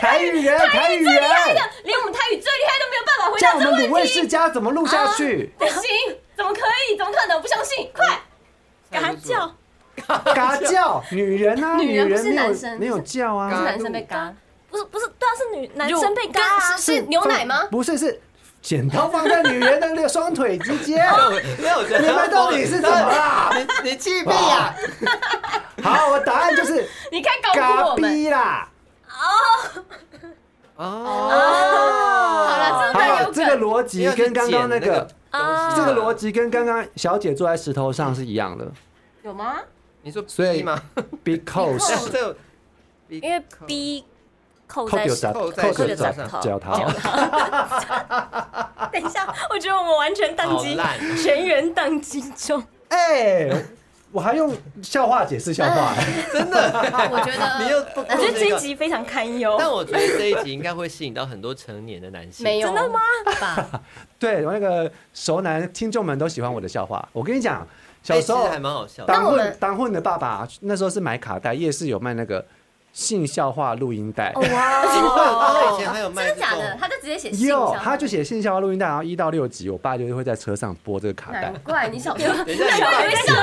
Speaker 2: 台语人，台语人，
Speaker 3: 哎连我们台语最厉害都没有办法回
Speaker 2: 叫
Speaker 3: 答
Speaker 2: 我
Speaker 3: 这
Speaker 2: 们
Speaker 3: 个
Speaker 2: 卤味
Speaker 3: 问题，啊
Speaker 2: 世家怎么录下去？
Speaker 3: [laughs] 不行，怎么可以？怎么可能？我不相信，快！
Speaker 6: 嘎叫，
Speaker 2: 嘎叫，女人啊，
Speaker 3: [laughs] 女
Speaker 2: 女
Speaker 3: 人不
Speaker 2: 人
Speaker 3: 是
Speaker 2: 没
Speaker 3: 男生
Speaker 2: 有没有叫
Speaker 3: 是
Speaker 2: 啊，
Speaker 3: 男生被嘎，
Speaker 4: 不是不是，对啊，是女男
Speaker 3: 乳
Speaker 4: 生被嘎啊，
Speaker 3: 是是牛奶吗？
Speaker 2: 不是，是剪刀放在女人的那个双腿之间。
Speaker 3: 哦
Speaker 6: 没有，
Speaker 2: 你们到底是怎么啦？
Speaker 6: 你你气毙啊！
Speaker 2: [laughs] 好，我答案就是
Speaker 3: 你看搞哭
Speaker 2: 嘎
Speaker 3: 我们。
Speaker 2: 逼啦。
Speaker 6: 哦，
Speaker 3: 好啊了，真的
Speaker 2: 好，
Speaker 3: 有
Speaker 2: 啊这个
Speaker 3: 梗。
Speaker 2: 逻辑跟刚刚那
Speaker 6: 要去剪那
Speaker 2: 个
Speaker 6: 个，
Speaker 4: 啊
Speaker 2: 这个逻辑跟刚刚小姐坐在石头上是一样的。
Speaker 3: 有吗？
Speaker 6: 你说
Speaker 2: 所以
Speaker 6: B 嗯
Speaker 2: [laughs]
Speaker 6: 吗？ [laughs]
Speaker 2: Because
Speaker 6: 这
Speaker 4: 因为 B 扣
Speaker 2: 扣
Speaker 4: 在
Speaker 2: 有
Speaker 6: [laughs]
Speaker 2: 脚，
Speaker 6: 扣在
Speaker 2: 扣有
Speaker 6: 脚
Speaker 2: 脚
Speaker 6: 上
Speaker 2: 脚套。
Speaker 4: [laughs] 等一下，我觉得我们完全宕
Speaker 6: 好
Speaker 4: 机，
Speaker 6: 烂，
Speaker 4: 全员宕机中。
Speaker 2: 哎，我还用笑话解释笑话。啊
Speaker 3: 我觉
Speaker 6: 你
Speaker 3: 得
Speaker 6: 又不
Speaker 4: 呃我
Speaker 6: 我
Speaker 4: 觉得这一，集非常堪忧。
Speaker 6: 但我觉得这一集应该会吸引到很多成年的男性。哎
Speaker 3: 没有，
Speaker 4: 真的吗？
Speaker 2: [laughs] 对，我那个熟男听众们都喜欢我的笑话。我跟你讲，小
Speaker 6: 哎，
Speaker 2: 时
Speaker 6: 其实
Speaker 2: 候
Speaker 6: 还蛮好笑的。
Speaker 2: 当
Speaker 3: 那我们
Speaker 2: 混当混的爸爸那时候是买卡带，夜市有卖那个性笑话录音带。哦 [laughs]
Speaker 6: 哇，哦他以前还有卖
Speaker 3: 真的
Speaker 6: 这
Speaker 3: 假
Speaker 6: 种
Speaker 3: 的？他就直接写信
Speaker 2: 有，
Speaker 3: 箱
Speaker 2: 他就写性笑话录音带，然后一到六集，我爸就是会在车上播这个卡带哎
Speaker 3: 难。怪你小
Speaker 2: [laughs]
Speaker 3: 时候
Speaker 6: 等一下，你爸，
Speaker 3: 会笑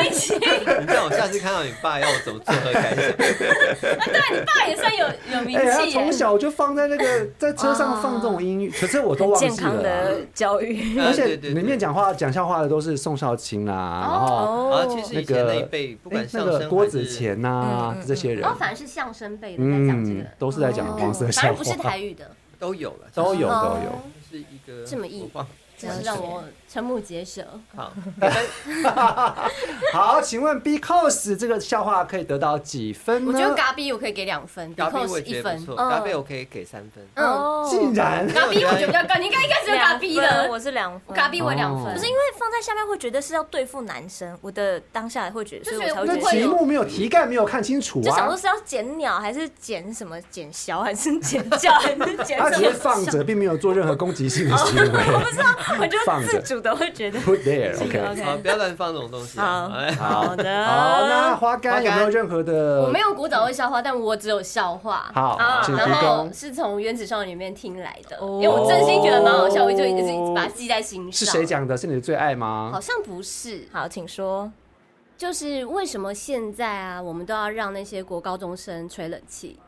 Speaker 3: 在一起，
Speaker 6: 你让我下次看到你爸要我怎么做何感
Speaker 2: [laughs]
Speaker 6: 想？
Speaker 3: 爸也算有有名
Speaker 2: 哎、他
Speaker 3: 气耶
Speaker 2: 从。小就放在那个在车上放这种音
Speaker 3: 哦
Speaker 2: 乐，可是我都忘
Speaker 4: 健
Speaker 2: 记
Speaker 4: 康
Speaker 2: 了啊、
Speaker 4: 的教育。
Speaker 2: 而
Speaker 6: 啊
Speaker 2: 且
Speaker 6: 对对对
Speaker 2: 里面讲话讲笑话的都是宋少卿啦、然后
Speaker 6: 啊，
Speaker 4: 哦
Speaker 6: 其实以前那一辈，不
Speaker 2: 哎
Speaker 6: 管
Speaker 2: 那
Speaker 6: 上
Speaker 2: 个
Speaker 6: 升
Speaker 2: 郭
Speaker 6: 还
Speaker 2: 子
Speaker 6: 是
Speaker 2: 乾呐、
Speaker 4: 嗯嗯
Speaker 2: 这些人
Speaker 3: 哦然后，反而是相声辈的在讲这
Speaker 2: 嗯
Speaker 3: 个，，哦
Speaker 2: 都是在讲黄色
Speaker 3: 反
Speaker 2: 笑
Speaker 3: 而不是
Speaker 2: 话
Speaker 3: 台，语的，
Speaker 6: 都有了，
Speaker 2: 都有
Speaker 4: 哦
Speaker 2: 都有。
Speaker 6: 就是一个
Speaker 3: 这么硬
Speaker 6: 我忘
Speaker 3: 真是让我瞠目结舌。
Speaker 6: 好，
Speaker 2: 好，请问 because 这个笑话可以得到几分
Speaker 3: 我
Speaker 2: 呢
Speaker 3: 觉？得嘎比我可以给两分，比
Speaker 6: 嘎比
Speaker 3: 扣
Speaker 6: 我也
Speaker 3: 是一
Speaker 6: 觉得
Speaker 3: 分
Speaker 6: 不。错，
Speaker 4: 嗯
Speaker 6: 嘎比我可以给三分，
Speaker 3: 嗯，
Speaker 2: 竟然
Speaker 3: 嘎比我觉得比较高，你应该一开始就嘎比
Speaker 4: 两分
Speaker 3: 的，
Speaker 4: 哦我是两分。
Speaker 3: 嘎比我两分。
Speaker 2: 哦
Speaker 4: 不是因为放在下面会觉得是要对付男生，我的当下会觉得，
Speaker 3: 就
Speaker 4: 所以
Speaker 3: 觉
Speaker 4: 我
Speaker 3: 得
Speaker 4: 才
Speaker 2: 那
Speaker 4: 会觉
Speaker 3: 不会
Speaker 2: 题
Speaker 4: 得
Speaker 3: 有。
Speaker 2: 目没有题干没有看清楚
Speaker 4: 就想
Speaker 2: 啊
Speaker 4: 说，是要剪鸟还是剪什么剪枭还是剪叫 [laughs] 还是剪
Speaker 2: 他
Speaker 4: 什
Speaker 2: 只是
Speaker 4: 么？
Speaker 2: 放
Speaker 3: [laughs]
Speaker 2: 着，并没有做任何攻击性的行为。
Speaker 4: 我就
Speaker 2: 放着
Speaker 4: 自主的会觉得。
Speaker 2: Put
Speaker 3: [laughs]
Speaker 2: there, OK。
Speaker 6: 好，不要乱放这种东西
Speaker 4: 好
Speaker 6: 啊。哎
Speaker 2: 好
Speaker 4: 的
Speaker 2: 好，那花干
Speaker 6: 花干
Speaker 2: 有没有任何的？
Speaker 3: 呃我没有古早味笑话，但我只有笑话。
Speaker 2: 好
Speaker 3: 啊
Speaker 2: 请提
Speaker 3: 然后
Speaker 2: 供
Speaker 3: 是从《原子少年》里面听来的，
Speaker 4: 哦
Speaker 3: 因为我真心觉得蛮好笑，我就一直把它记在心上。
Speaker 2: 是谁？讲的？是你的最爱
Speaker 3: 好
Speaker 2: 吗？
Speaker 3: 像不是，
Speaker 4: 好，请说。
Speaker 3: 就是为什么现在啊，我们都要让那些国高中生吹冷气，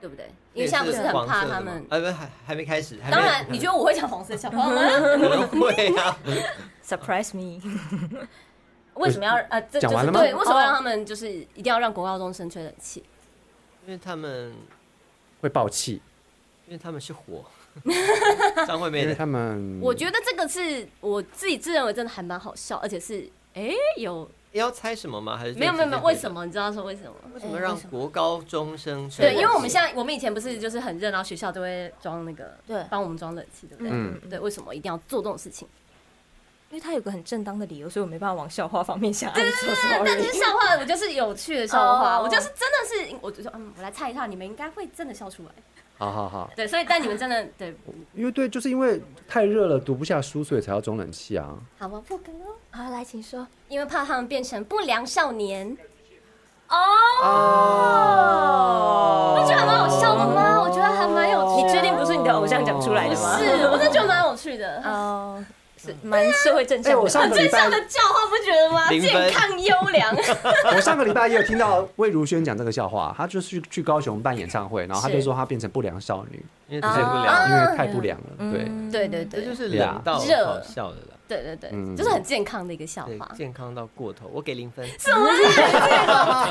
Speaker 3: 对不对？因为现在不是很怕他们。
Speaker 2: 呃
Speaker 6: 哎，不，还还没开始。还没
Speaker 3: [laughs] 当然，你觉得我会讲黄色笑话
Speaker 2: [laughs]
Speaker 3: 吗？
Speaker 6: 可能会啊？
Speaker 4: Surprise me！
Speaker 3: 为什么要呃，这
Speaker 2: 讲完了吗哦
Speaker 3: 就是对，为什么要让他们就是一定要让国高中生吹冷气？
Speaker 6: 因为他们，
Speaker 2: 会爆气，
Speaker 6: 因为他们是
Speaker 3: [laughs]
Speaker 6: 火。张惠妹
Speaker 2: 因为
Speaker 6: 的，
Speaker 2: 他们
Speaker 3: 我觉得这个是我自己自认为真的还蛮好笑，而且是哎有
Speaker 6: 要猜什么吗？还是
Speaker 3: 没有没有没有，为什
Speaker 6: 么？
Speaker 3: 么你知道说为什么？
Speaker 6: 为什么让国高中生吹
Speaker 3: 对，
Speaker 6: 冷气？
Speaker 3: 因为我们现在我们以前不是就是很热，然后学校都会装那个，
Speaker 4: 对
Speaker 3: 帮我们装冷气，对不对？
Speaker 2: 嗯
Speaker 3: 对，为什么一定要做这种事情？
Speaker 4: 因
Speaker 3: 因
Speaker 4: 为他有个很正当的理由，所以我没办法往笑话方面想。I'm so
Speaker 3: 但是
Speaker 4: sorry。
Speaker 3: 笑话，我就是有趣的笑话，
Speaker 4: 哦
Speaker 3: 我就是真的是，我就说，嗯，我来猜一下，你们应该会真的笑出来。
Speaker 2: 好好好，
Speaker 3: 对，所以但你们真的对，
Speaker 2: 因为对，就是因为太热了，读不下书，所以才要装冷气啊。
Speaker 3: 好吧，不跟哦，
Speaker 8: 好，来，请说。
Speaker 3: 因为怕他们变成不良少年。
Speaker 2: 哦，
Speaker 3: 我觉得还蛮好笑的吗？我觉得还蛮有趣的。
Speaker 4: 你确定不是你的偶像讲出来的吗？
Speaker 3: 是，我真的觉得蛮有趣的。
Speaker 4: 哦，是蛮社会正
Speaker 2: 哎，
Speaker 4: 向
Speaker 2: 我
Speaker 4: 的。
Speaker 2: 上个礼
Speaker 3: 正
Speaker 2: 拜
Speaker 3: 向，的教化不觉得吗？
Speaker 6: 零分
Speaker 3: 健康优
Speaker 4: [laughs]
Speaker 3: 良。
Speaker 2: [laughs] 我上个礼拜也有听到魏如萱讲这个笑话，她就是去去高雄办演唱会，然后她
Speaker 4: 是
Speaker 2: 就说她变成不良少女，
Speaker 6: 因为
Speaker 3: 啊
Speaker 6: 太不了，
Speaker 2: 因为太不良了，对。
Speaker 4: 嗯
Speaker 3: 对对
Speaker 6: 这就
Speaker 3: 对
Speaker 6: 是冷到
Speaker 3: 热
Speaker 6: 好笑的啦，
Speaker 3: 对对对，
Speaker 2: 嗯
Speaker 3: 就是很健康的一个笑
Speaker 6: 对
Speaker 3: 话，。啊
Speaker 6: 健康到过头，我给零
Speaker 3: [laughs]
Speaker 6: 分。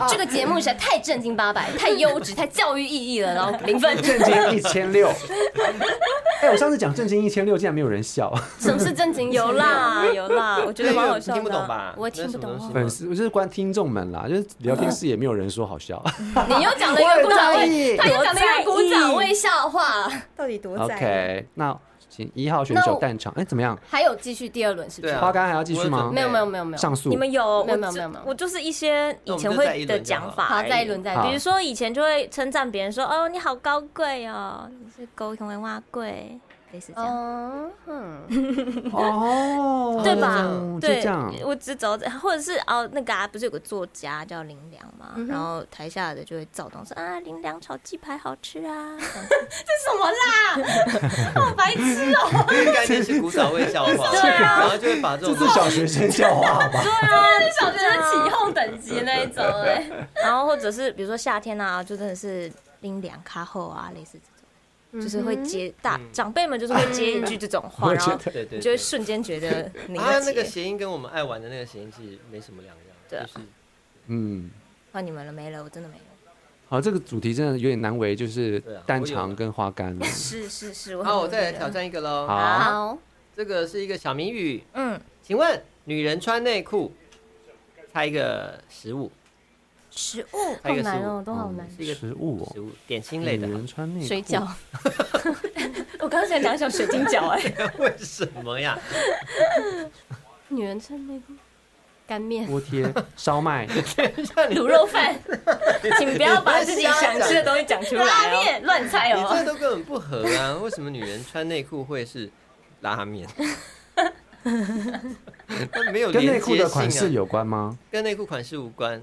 Speaker 3: 这个节目实在太正经八百、太优质、太教育意义了，然后零分。
Speaker 2: 正经一千 [laughs] 六，哎，我上次讲正经一千六，竟然没有人 [laughs] 笑，
Speaker 3: 什么是正经？
Speaker 4: 有， [laughs] 啦有啦，我觉得蛮好
Speaker 3: 啊
Speaker 4: 笑的。
Speaker 6: 听不懂？吧？
Speaker 8: 我听不懂
Speaker 4: 啊
Speaker 6: 那是什么
Speaker 2: 粉
Speaker 6: 东西
Speaker 2: 丝就是观听众们啦，就是聊天室也没有人说好 [laughs] 笑。
Speaker 3: 你又讲了一个鼓掌
Speaker 2: 我很在
Speaker 3: 位，
Speaker 2: 意
Speaker 3: 他又讲了一个鼓掌
Speaker 4: 我在
Speaker 3: 位笑话，
Speaker 4: 到底多在意
Speaker 2: OK，那请一号选
Speaker 3: 那
Speaker 2: 手
Speaker 3: 我
Speaker 2: 蛋场，哎，怎么样？
Speaker 3: 还有继续第二轮是不
Speaker 6: 对
Speaker 3: 是？
Speaker 6: 啊，
Speaker 2: 花干还要继续吗
Speaker 3: 没有没有没有没有，
Speaker 2: 上诉
Speaker 4: 你们有？
Speaker 3: 没有
Speaker 4: 我
Speaker 3: 没有
Speaker 4: 就
Speaker 3: 没有没有
Speaker 4: 我就是一些以前会的讲法。
Speaker 3: 好，再一轮。再一
Speaker 2: 好
Speaker 3: 轮。
Speaker 4: 比如说以前就会称赞别人说：“哦，你好高贵哦，你是狗熊的蛙贵。”哦类似这样。
Speaker 3: 嗯哼，
Speaker 2: 哦，
Speaker 4: 对吧
Speaker 2: 就
Speaker 4: 对，
Speaker 2: 这样，
Speaker 4: 我只走，或者是哦，那个啊，不是有个作家叫林良嘛，
Speaker 3: 嗯哼
Speaker 4: 然后台下的就会躁动说啊，林良炒鸡排好吃啊， [laughs]
Speaker 3: 什么啦？好白痴哦！
Speaker 6: 因为概念是古早味笑
Speaker 3: [laughs]
Speaker 6: 话，
Speaker 4: 对啊
Speaker 6: 然后就会把这
Speaker 2: 这
Speaker 6: 种
Speaker 2: 是小学生笑话吧？
Speaker 3: 这是小学生起哄等级那一种哎。
Speaker 4: 然后或者是比如说夏天啊，就真的是林良卡后啊，类似这种，就是会接大长辈们就是会接一句这种
Speaker 2: 嗯
Speaker 4: 话，
Speaker 2: [laughs] 我
Speaker 4: 然
Speaker 2: 觉
Speaker 4: 后
Speaker 2: 得
Speaker 6: 对对，
Speaker 4: 你就
Speaker 6: 对
Speaker 4: 会瞬间觉 [laughs] 得你
Speaker 6: 啊，那
Speaker 4: 那
Speaker 6: 个
Speaker 4: 个
Speaker 6: 谐音跟我们爱玩的那个谐音其实没什么两样，
Speaker 4: 对啊
Speaker 6: 就是
Speaker 2: [laughs] 嗯，
Speaker 4: 换你们了没了，我真的没了。
Speaker 2: 好，这个主题真的有点难为，就是
Speaker 6: 对啊
Speaker 2: 蛋
Speaker 6: 我有
Speaker 2: 肠跟花干。
Speaker 4: 是是是，哦我
Speaker 6: 好，我再来挑。战一个喽。
Speaker 2: 好，
Speaker 4: 好，
Speaker 6: 这个是一个小谜语，
Speaker 4: 嗯，
Speaker 6: 请问女人穿内裤，猜一个食物，
Speaker 4: 食物
Speaker 6: 猜一个食物，，
Speaker 3: 都 [laughs] 好难。
Speaker 6: 是一个
Speaker 2: 食物哦，
Speaker 6: 食物点心
Speaker 2: 女
Speaker 6: 类的，
Speaker 2: 人穿内裤
Speaker 3: 水饺，我刚才想讲小水晶饺哎，
Speaker 6: [laughs] 为什么
Speaker 3: [laughs]
Speaker 6: 呀？
Speaker 3: 女人穿内裤，干面、
Speaker 2: 锅贴、烧
Speaker 6: [laughs]
Speaker 2: 麦、
Speaker 6: 像你
Speaker 3: 卤肉饭，
Speaker 6: [laughs]
Speaker 3: 请不要把自己想吃的东
Speaker 4: 东西讲出
Speaker 3: 西
Speaker 4: 来
Speaker 3: 拉
Speaker 4: 哦。
Speaker 3: 面乱猜
Speaker 6: 你这
Speaker 3: 哦。
Speaker 6: 都根本不合啊！为什么女人穿内裤会是拉面？ [laughs] 那没有
Speaker 2: 跟内
Speaker 6: 连
Speaker 2: 裤
Speaker 6: 接
Speaker 2: 的款式
Speaker 6: 性啊，
Speaker 2: 有关吗？
Speaker 6: 跟内裤款式无关，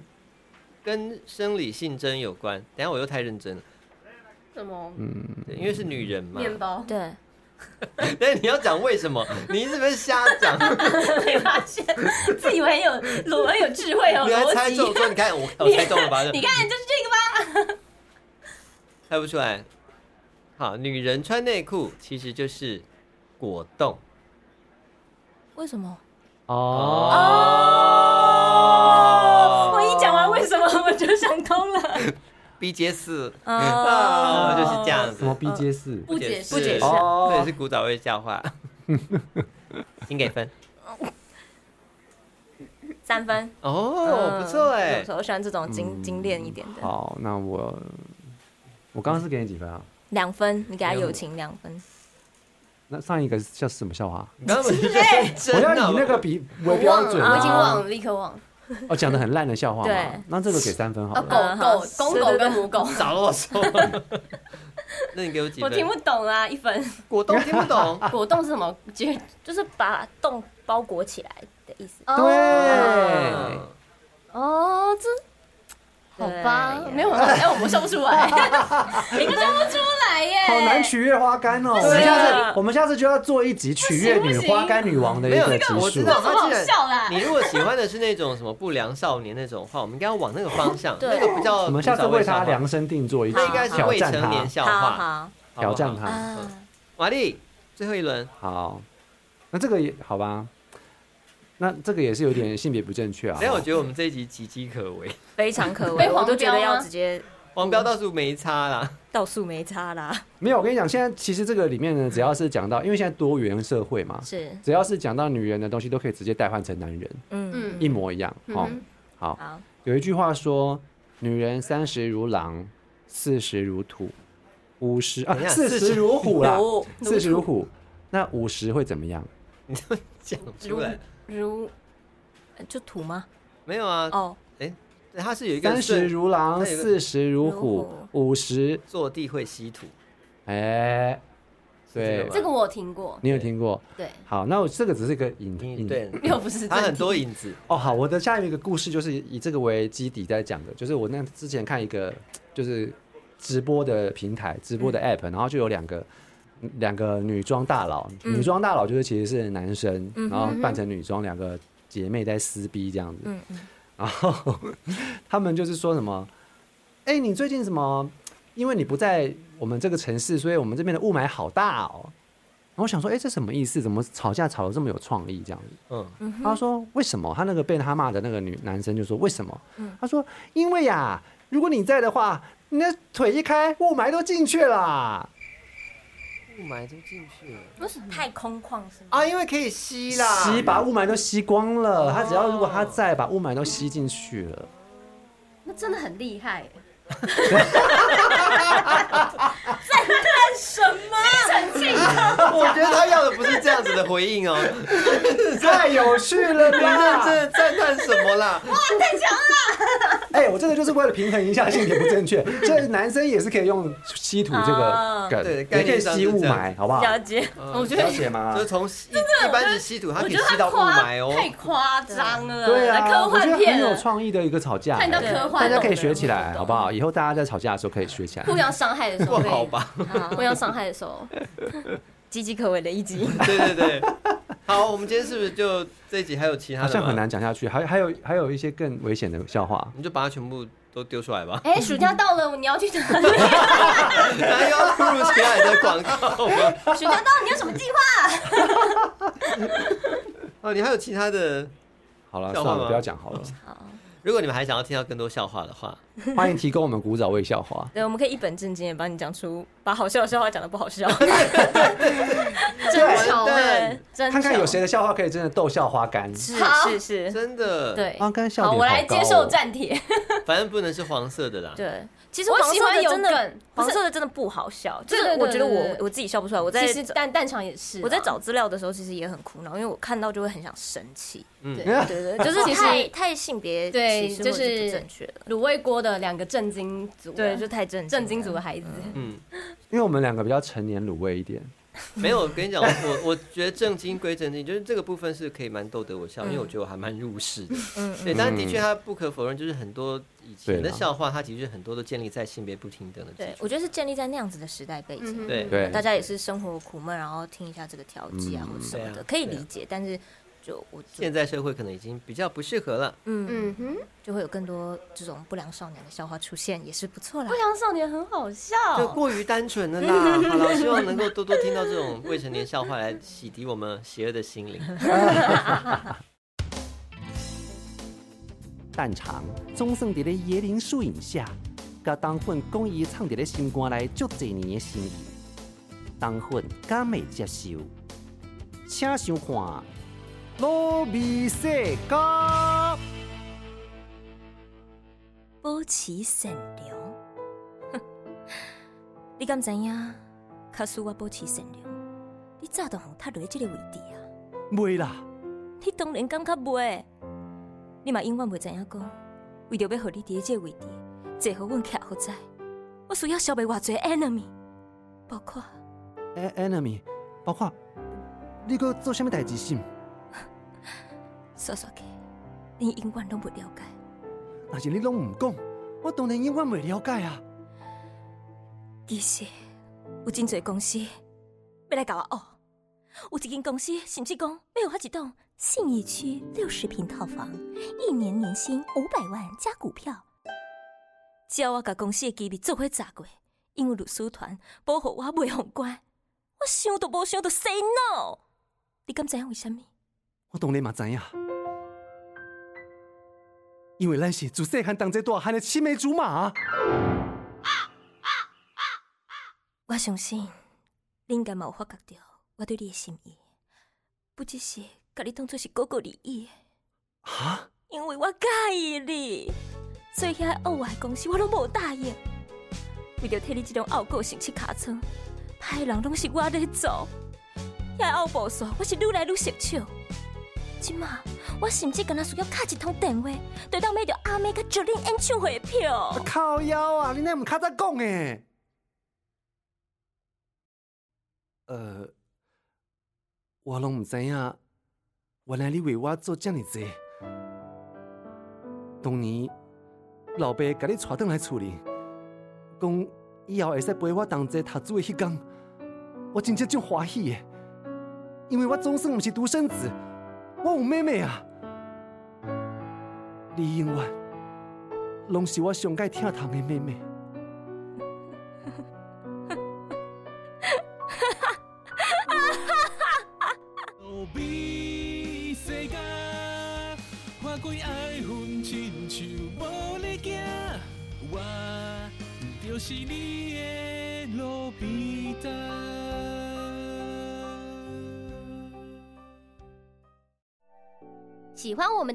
Speaker 6: 跟生理性征有关。等一下我又太认真了，
Speaker 3: 什么？
Speaker 6: 对因为是女人嘛。
Speaker 3: 面包？
Speaker 4: 对，
Speaker 6: [laughs] 但你要讲为什么？你是不是瞎
Speaker 3: [laughs]
Speaker 6: 讲？
Speaker 3: 没发现，自以为很有逻很有智慧哦，
Speaker 6: 你还
Speaker 3: 逻
Speaker 6: 猜中
Speaker 3: 辑。
Speaker 6: 说，你看我我猜中了吧？
Speaker 3: [laughs] 你看，就是这个吧。
Speaker 6: 猜不出来。好，女人穿内裤其实就是果冻
Speaker 4: 为什么？
Speaker 2: 哦，
Speaker 6: 哦
Speaker 3: 我一讲完为什么我就想通了，
Speaker 6: [laughs] B 接四
Speaker 4: 哦
Speaker 6: [laughs] 哦，就是这样子
Speaker 2: 什。么 B 街四？
Speaker 3: 不解释
Speaker 6: 不解释，
Speaker 2: 哦
Speaker 6: 这也是古早味笑话。请给分
Speaker 4: 三分
Speaker 6: 哦，
Speaker 4: 嗯
Speaker 6: 不错哎
Speaker 4: 不错，我喜欢这种精
Speaker 2: 嗯
Speaker 4: 精炼一点的。
Speaker 2: 好，那我我刚刚是给你几分啊？
Speaker 4: 两分，你给他友情两分。
Speaker 2: 那上一个叫什么笑话？
Speaker 6: 你刚刚不是
Speaker 3: 哎
Speaker 6: 认
Speaker 2: 我
Speaker 6: 真
Speaker 2: 要
Speaker 6: 的
Speaker 2: 以那个比为标准啊，
Speaker 3: 我已经忘了，立刻忘了。
Speaker 2: 哦，讲的很烂的笑话
Speaker 4: 对
Speaker 2: 嘛。那这个给三分好
Speaker 3: 哦，
Speaker 2: 了。
Speaker 3: 狗狗公狗跟
Speaker 6: [laughs]
Speaker 3: 母狗，
Speaker 6: 早跟我说。 [laughs] 那你给我几
Speaker 3: 我
Speaker 6: 分
Speaker 3: 听？不懂啊，一分。
Speaker 6: 果冻听不 [laughs] 懂
Speaker 3: [laughs] 果冻是什么？绝 [laughs]
Speaker 4: 就是把洞包裹起来的意思。嗯
Speaker 2: 对，
Speaker 6: 嗯
Speaker 3: 哦，这好吧，
Speaker 4: 对
Speaker 3: 没有，哎，我们笑不出 [laughs] 来，你们笑不出来耶，
Speaker 2: 好难取悦花干哦。我们下次我们下次就要做一集取悦女
Speaker 3: 啊不行
Speaker 2: 花干女王的一
Speaker 6: 没有
Speaker 2: 个集，
Speaker 6: 我
Speaker 2: 数
Speaker 6: 知。道
Speaker 3: [laughs] 有什么
Speaker 6: 他
Speaker 3: 好
Speaker 6: 既然。
Speaker 3: 笑啊啦？
Speaker 6: 啊你如果喜欢的是那种什么不良少年那种话，我们应该要往那个方向，
Speaker 4: 对
Speaker 6: 那个不叫
Speaker 2: 我们下次
Speaker 6: 古早
Speaker 2: 为
Speaker 6: 味笑
Speaker 2: 她
Speaker 6: 话，
Speaker 2: 量身定做一集
Speaker 6: 那应该，是
Speaker 2: 挑
Speaker 6: 未
Speaker 2: 战
Speaker 6: 成
Speaker 2: 她
Speaker 6: 年，笑
Speaker 4: 好
Speaker 6: 话，
Speaker 4: 好
Speaker 6: 好不好
Speaker 2: 挑战她。
Speaker 4: 啊，
Speaker 6: 玛丽，最后一轮，
Speaker 2: 好，那这个也好吧。那这个也是有点性别不正确啊
Speaker 6: 等一。下哎我觉得我们这一集岌岌可危，
Speaker 4: 非常可
Speaker 3: 被
Speaker 4: 为，
Speaker 3: 黄
Speaker 4: 我都觉
Speaker 3: 标
Speaker 4: 得
Speaker 3: 吗
Speaker 4: 要直接
Speaker 6: 黄标倒数没差啦。
Speaker 4: 倒数没差啦。
Speaker 2: 没有，我跟你讲，现在其实这个里面呢，只要是讲到，因为现在多元社会嘛，
Speaker 4: 是，
Speaker 2: 只要是讲到女人的东西，都可以直接代换成男人，
Speaker 4: 嗯，
Speaker 2: 一模一样。哦，好，
Speaker 4: 好，
Speaker 2: 有一句话说：“女人三十如狼，四十如兔，五十啊
Speaker 6: 等一下
Speaker 2: 四十如虎啦
Speaker 4: 虎，
Speaker 2: 四十如虎。那五十会怎么样？
Speaker 6: 你就讲出来。
Speaker 4: 如呃就土吗？
Speaker 6: 没有啊，
Speaker 4: 哦，
Speaker 6: 对它是有一个
Speaker 2: 三十
Speaker 6: 顺
Speaker 2: 如狼，
Speaker 6: 它有一个
Speaker 2: 四十如
Speaker 4: 如
Speaker 2: 虎，五十，
Speaker 6: 坐地会吸土，
Speaker 2: 哎，
Speaker 6: 这
Speaker 2: 对
Speaker 6: 个，吧
Speaker 7: 这个我有听过，
Speaker 2: 你有听过？
Speaker 7: 对，
Speaker 2: 好，那我这个只是一个引
Speaker 6: 你
Speaker 2: 引
Speaker 6: 对，
Speaker 7: 又不是
Speaker 6: 它
Speaker 7: 正
Speaker 6: 很多
Speaker 7: 题
Speaker 6: 影子，
Speaker 2: 哦，好，我的下面一个故事就是以这个为基底在讲的，就是我那之前看一个就是直播的平台，直播的 app，、然后就有两个两个女装大佬，女装大佬就是其实是男生，然后扮成女装，两个姐妹在撕逼这样子，
Speaker 4: 嗯嗯，
Speaker 2: 然后他们就是说什么，哎、你最近什么？因为你不在我们这个城市，所以我们这边的雾霾好大哦。然后我想说，哎、这什么意思？怎么吵架吵得这么有创意这样子？
Speaker 6: 嗯，
Speaker 2: 他说为什么？他那个被他骂的那个女男生就说为什么？
Speaker 6: 嗯
Speaker 2: 他说因为呀、如果你在的话，你那腿一开，雾霾都进去啦。
Speaker 6: 雾霾都进去了
Speaker 4: 太空旷是吗？
Speaker 6: 啊，因为可以吸啦，哦
Speaker 2: 吸把雾霾都吸光了，他只要如果他在，把雾霾都吸进去
Speaker 6: [laughs]
Speaker 2: 了。
Speaker 7: 那真的很厉害。
Speaker 3: [laughs]
Speaker 6: 我觉得他要的不是这样子的回应哦，
Speaker 2: 太有趣
Speaker 6: [laughs]
Speaker 2: 了
Speaker 6: 你认真
Speaker 2: 啦！
Speaker 6: 的赞叹什么
Speaker 2: [laughs]
Speaker 6: 啦？
Speaker 2: 哎、我真的就是为了平衡一下性别不正确，所以男生也是可以用吸土这个
Speaker 4: 啊
Speaker 2: 梗，
Speaker 6: 对概
Speaker 2: 也可以
Speaker 6: 念上
Speaker 2: 吸
Speaker 6: 是
Speaker 2: 雾
Speaker 6: 这样
Speaker 2: 霾，好不好？
Speaker 4: 了解，
Speaker 6: 我
Speaker 2: 了解吗
Speaker 6: 就？是从吸一一般的吸土，它可以吸到雾霾
Speaker 7: 太
Speaker 6: 哦。
Speaker 7: 夸张了，
Speaker 2: 对啊，
Speaker 7: 呃科
Speaker 2: 我觉得
Speaker 7: 幻
Speaker 2: 很
Speaker 7: 片
Speaker 2: 有
Speaker 7: 了，
Speaker 2: 创意的一个吵架、
Speaker 7: 看到
Speaker 2: 哎
Speaker 7: 科
Speaker 2: 大
Speaker 7: 幻
Speaker 2: 家
Speaker 7: 懂
Speaker 2: 可以
Speaker 7: 的
Speaker 2: 学
Speaker 7: 人
Speaker 2: 起来，好不好？以后大家在吵架的时候可以学起来。
Speaker 7: 互相伤害的时
Speaker 6: 不
Speaker 7: 候可以，
Speaker 6: 好
Speaker 2: [laughs]
Speaker 6: 吧？
Speaker 7: 互相伤害的时候，。
Speaker 4: 岌岌可危的一集。
Speaker 6: 对对对。好，我们今天是不是就这一集还有其他
Speaker 2: 好
Speaker 6: 的？
Speaker 2: 像很。难讲下去，还还有还有一些更危险的笑话。
Speaker 6: 你就把它全部都丢出来吧
Speaker 2: [laughs]
Speaker 7: 哎，暑假到了，你要去哪
Speaker 3: [laughs]
Speaker 7: 里？
Speaker 6: 哪有突如其来的广告 [laughs] 吗？
Speaker 7: 暑假到，了，你有什么计划？
Speaker 6: 哦，你还有其他的？
Speaker 2: 好了，
Speaker 6: 笑
Speaker 2: 算
Speaker 6: 话吗
Speaker 2: 了，不要讲好了。
Speaker 6: 如果你们还想要听到更多笑话的话，
Speaker 2: 欢迎提供我们古早味笑话。
Speaker 4: 对，我们可以一本正经的帮你讲出，把好笑的笑话讲的不好笑。
Speaker 6: 真
Speaker 7: 巧
Speaker 6: 的
Speaker 7: 哎，
Speaker 4: 真
Speaker 2: 看看
Speaker 4: 巧
Speaker 2: 有谁的笑话可以真的逗笑花干。
Speaker 7: 好
Speaker 4: 是是是，
Speaker 6: 真的，，
Speaker 7: 对，
Speaker 2: 花干笑
Speaker 7: 好，
Speaker 2: 点
Speaker 7: 我来
Speaker 2: 高
Speaker 7: 接受
Speaker 2: 哦
Speaker 7: 战帖。
Speaker 6: 反正不能是黄色的啦。
Speaker 4: 对。其实
Speaker 7: 我
Speaker 4: 黄
Speaker 7: 喜
Speaker 4: 色
Speaker 7: 欢
Speaker 4: 的
Speaker 7: 有
Speaker 4: 真的
Speaker 7: 梗，不
Speaker 4: 黄
Speaker 7: 是
Speaker 4: 色的真的不好笑，就是
Speaker 7: 对对对
Speaker 4: 我觉得
Speaker 7: 对
Speaker 4: 我
Speaker 7: 对
Speaker 4: 我自己笑不出来。我在
Speaker 7: 其实蛋蛋场也是啊，
Speaker 4: 我在找资料的时候，其实也很苦恼，因为我看到就会很想生气。
Speaker 6: 嗯
Speaker 7: 对
Speaker 4: 对对，就是
Speaker 7: 其实
Speaker 4: 太太性别
Speaker 7: 对
Speaker 4: 歧视
Speaker 7: 就
Speaker 4: 或者是
Speaker 7: 是
Speaker 4: 不正确了。
Speaker 7: 卤味锅的两个震惊组啊，
Speaker 4: 对，就太震
Speaker 7: 震惊组
Speaker 4: 了。
Speaker 7: 的孩子，
Speaker 6: 嗯，
Speaker 2: [laughs] 因为我们两个比较成年卤味一点。
Speaker 6: 没有，我跟
Speaker 4: [laughs]
Speaker 6: 你讲，我我觉得正经归正经，就是这个部分是可以蛮逗得我笑，因为我觉得我还蛮入世的。
Speaker 4: 嗯
Speaker 6: 对，但的确，他不可否认，就是很多以前
Speaker 2: 对
Speaker 6: 的
Speaker 2: 啦
Speaker 6: 笑话，它的确很多都建立在性别不平等的基
Speaker 4: 对，
Speaker 6: 础。
Speaker 4: 我觉得是建立在那样子的时代背
Speaker 7: 嗯
Speaker 4: 景，啊
Speaker 6: 对
Speaker 2: 对
Speaker 4: 大家也是生活苦闷，然后听一下这个调剂啊
Speaker 2: 嗯
Speaker 4: 或者什么
Speaker 6: 对啊
Speaker 4: 的，可以理解。但是就我就
Speaker 6: 现在社会可能已经比较不适合了。
Speaker 4: 嗯，
Speaker 7: 嗯哼，
Speaker 4: 就会有更多这种不良少年的笑话出现，也是不错啦
Speaker 7: 不。良少年很好笑，
Speaker 4: 哦
Speaker 6: 就过于单纯了
Speaker 4: [laughs]
Speaker 6: 啦。好了，希望能够多多听到这种未成年笑话来洗涤我们邪恶的心
Speaker 4: [laughs]
Speaker 6: 灵。
Speaker 9: 蛋肠总算伫咧椰林树荫下，甲冬粉讲伊藏伫咧心肝内足侪年的心意，冬粉敢袂接受？请收看《卤味世家》。
Speaker 4: 保持善良， [laughs] 哼，你敢知影？卡输我保持善良，你早都互踢落即个位置啊！
Speaker 9: 袂啦，
Speaker 4: 你当然感觉袂，你嘛永远袂知影讲，为着要互你伫即个位置，坐互阮徛好在，我需要消灭偌济 enemy，包括
Speaker 9: 诶 enemy，包括你搁做啥物代志是毋？
Speaker 4: 说说去，你永远拢袂了解，
Speaker 9: 若是你拢毋讲，我当然永远袂了解啊！
Speaker 4: 其实有真侪公司要来甲我学。有一间公司甚至讲要有我一栋信义区六十平套房，一年年薪五百万加股票。只要我甲公司的机密做伙查过，因为律师团保护我袂互关，我想都无想就 say no。你敢知影为虾米？
Speaker 9: 我当然嘛知影，因为咱是自细汉同齐大汉的青梅竹马啊。
Speaker 4: 我相信你应该嘛有发觉到我对你的心意，不只是甲你当做是哥哥而已。
Speaker 9: 哈？
Speaker 4: 因为我介意你，所以遐恶坏公司我拢无答应。为着替你这种傲骨性去尻川，歹人拢是我咧做。遐后步数，我是愈来愈熟手。即马，我甚至敢若需要敲一通电话，对当买着阿妹甲九令演唱会的票。
Speaker 1: 靠腰啊！你那唔较早讲诶。呃，我拢唔知影，原来你为我做遮尔济。当年老爸甲你带转来厝里，讲以后会使陪我同齐读书的迄天，我真正足欢喜诶，因为我总算毋是独生子，我有妹妹啊。你永远拢是我上界疼痛的妹妹。
Speaker 10: 路比世界，看开爱恨，亲像无你行，我就是你的路比达。
Speaker 7: 喜欢我们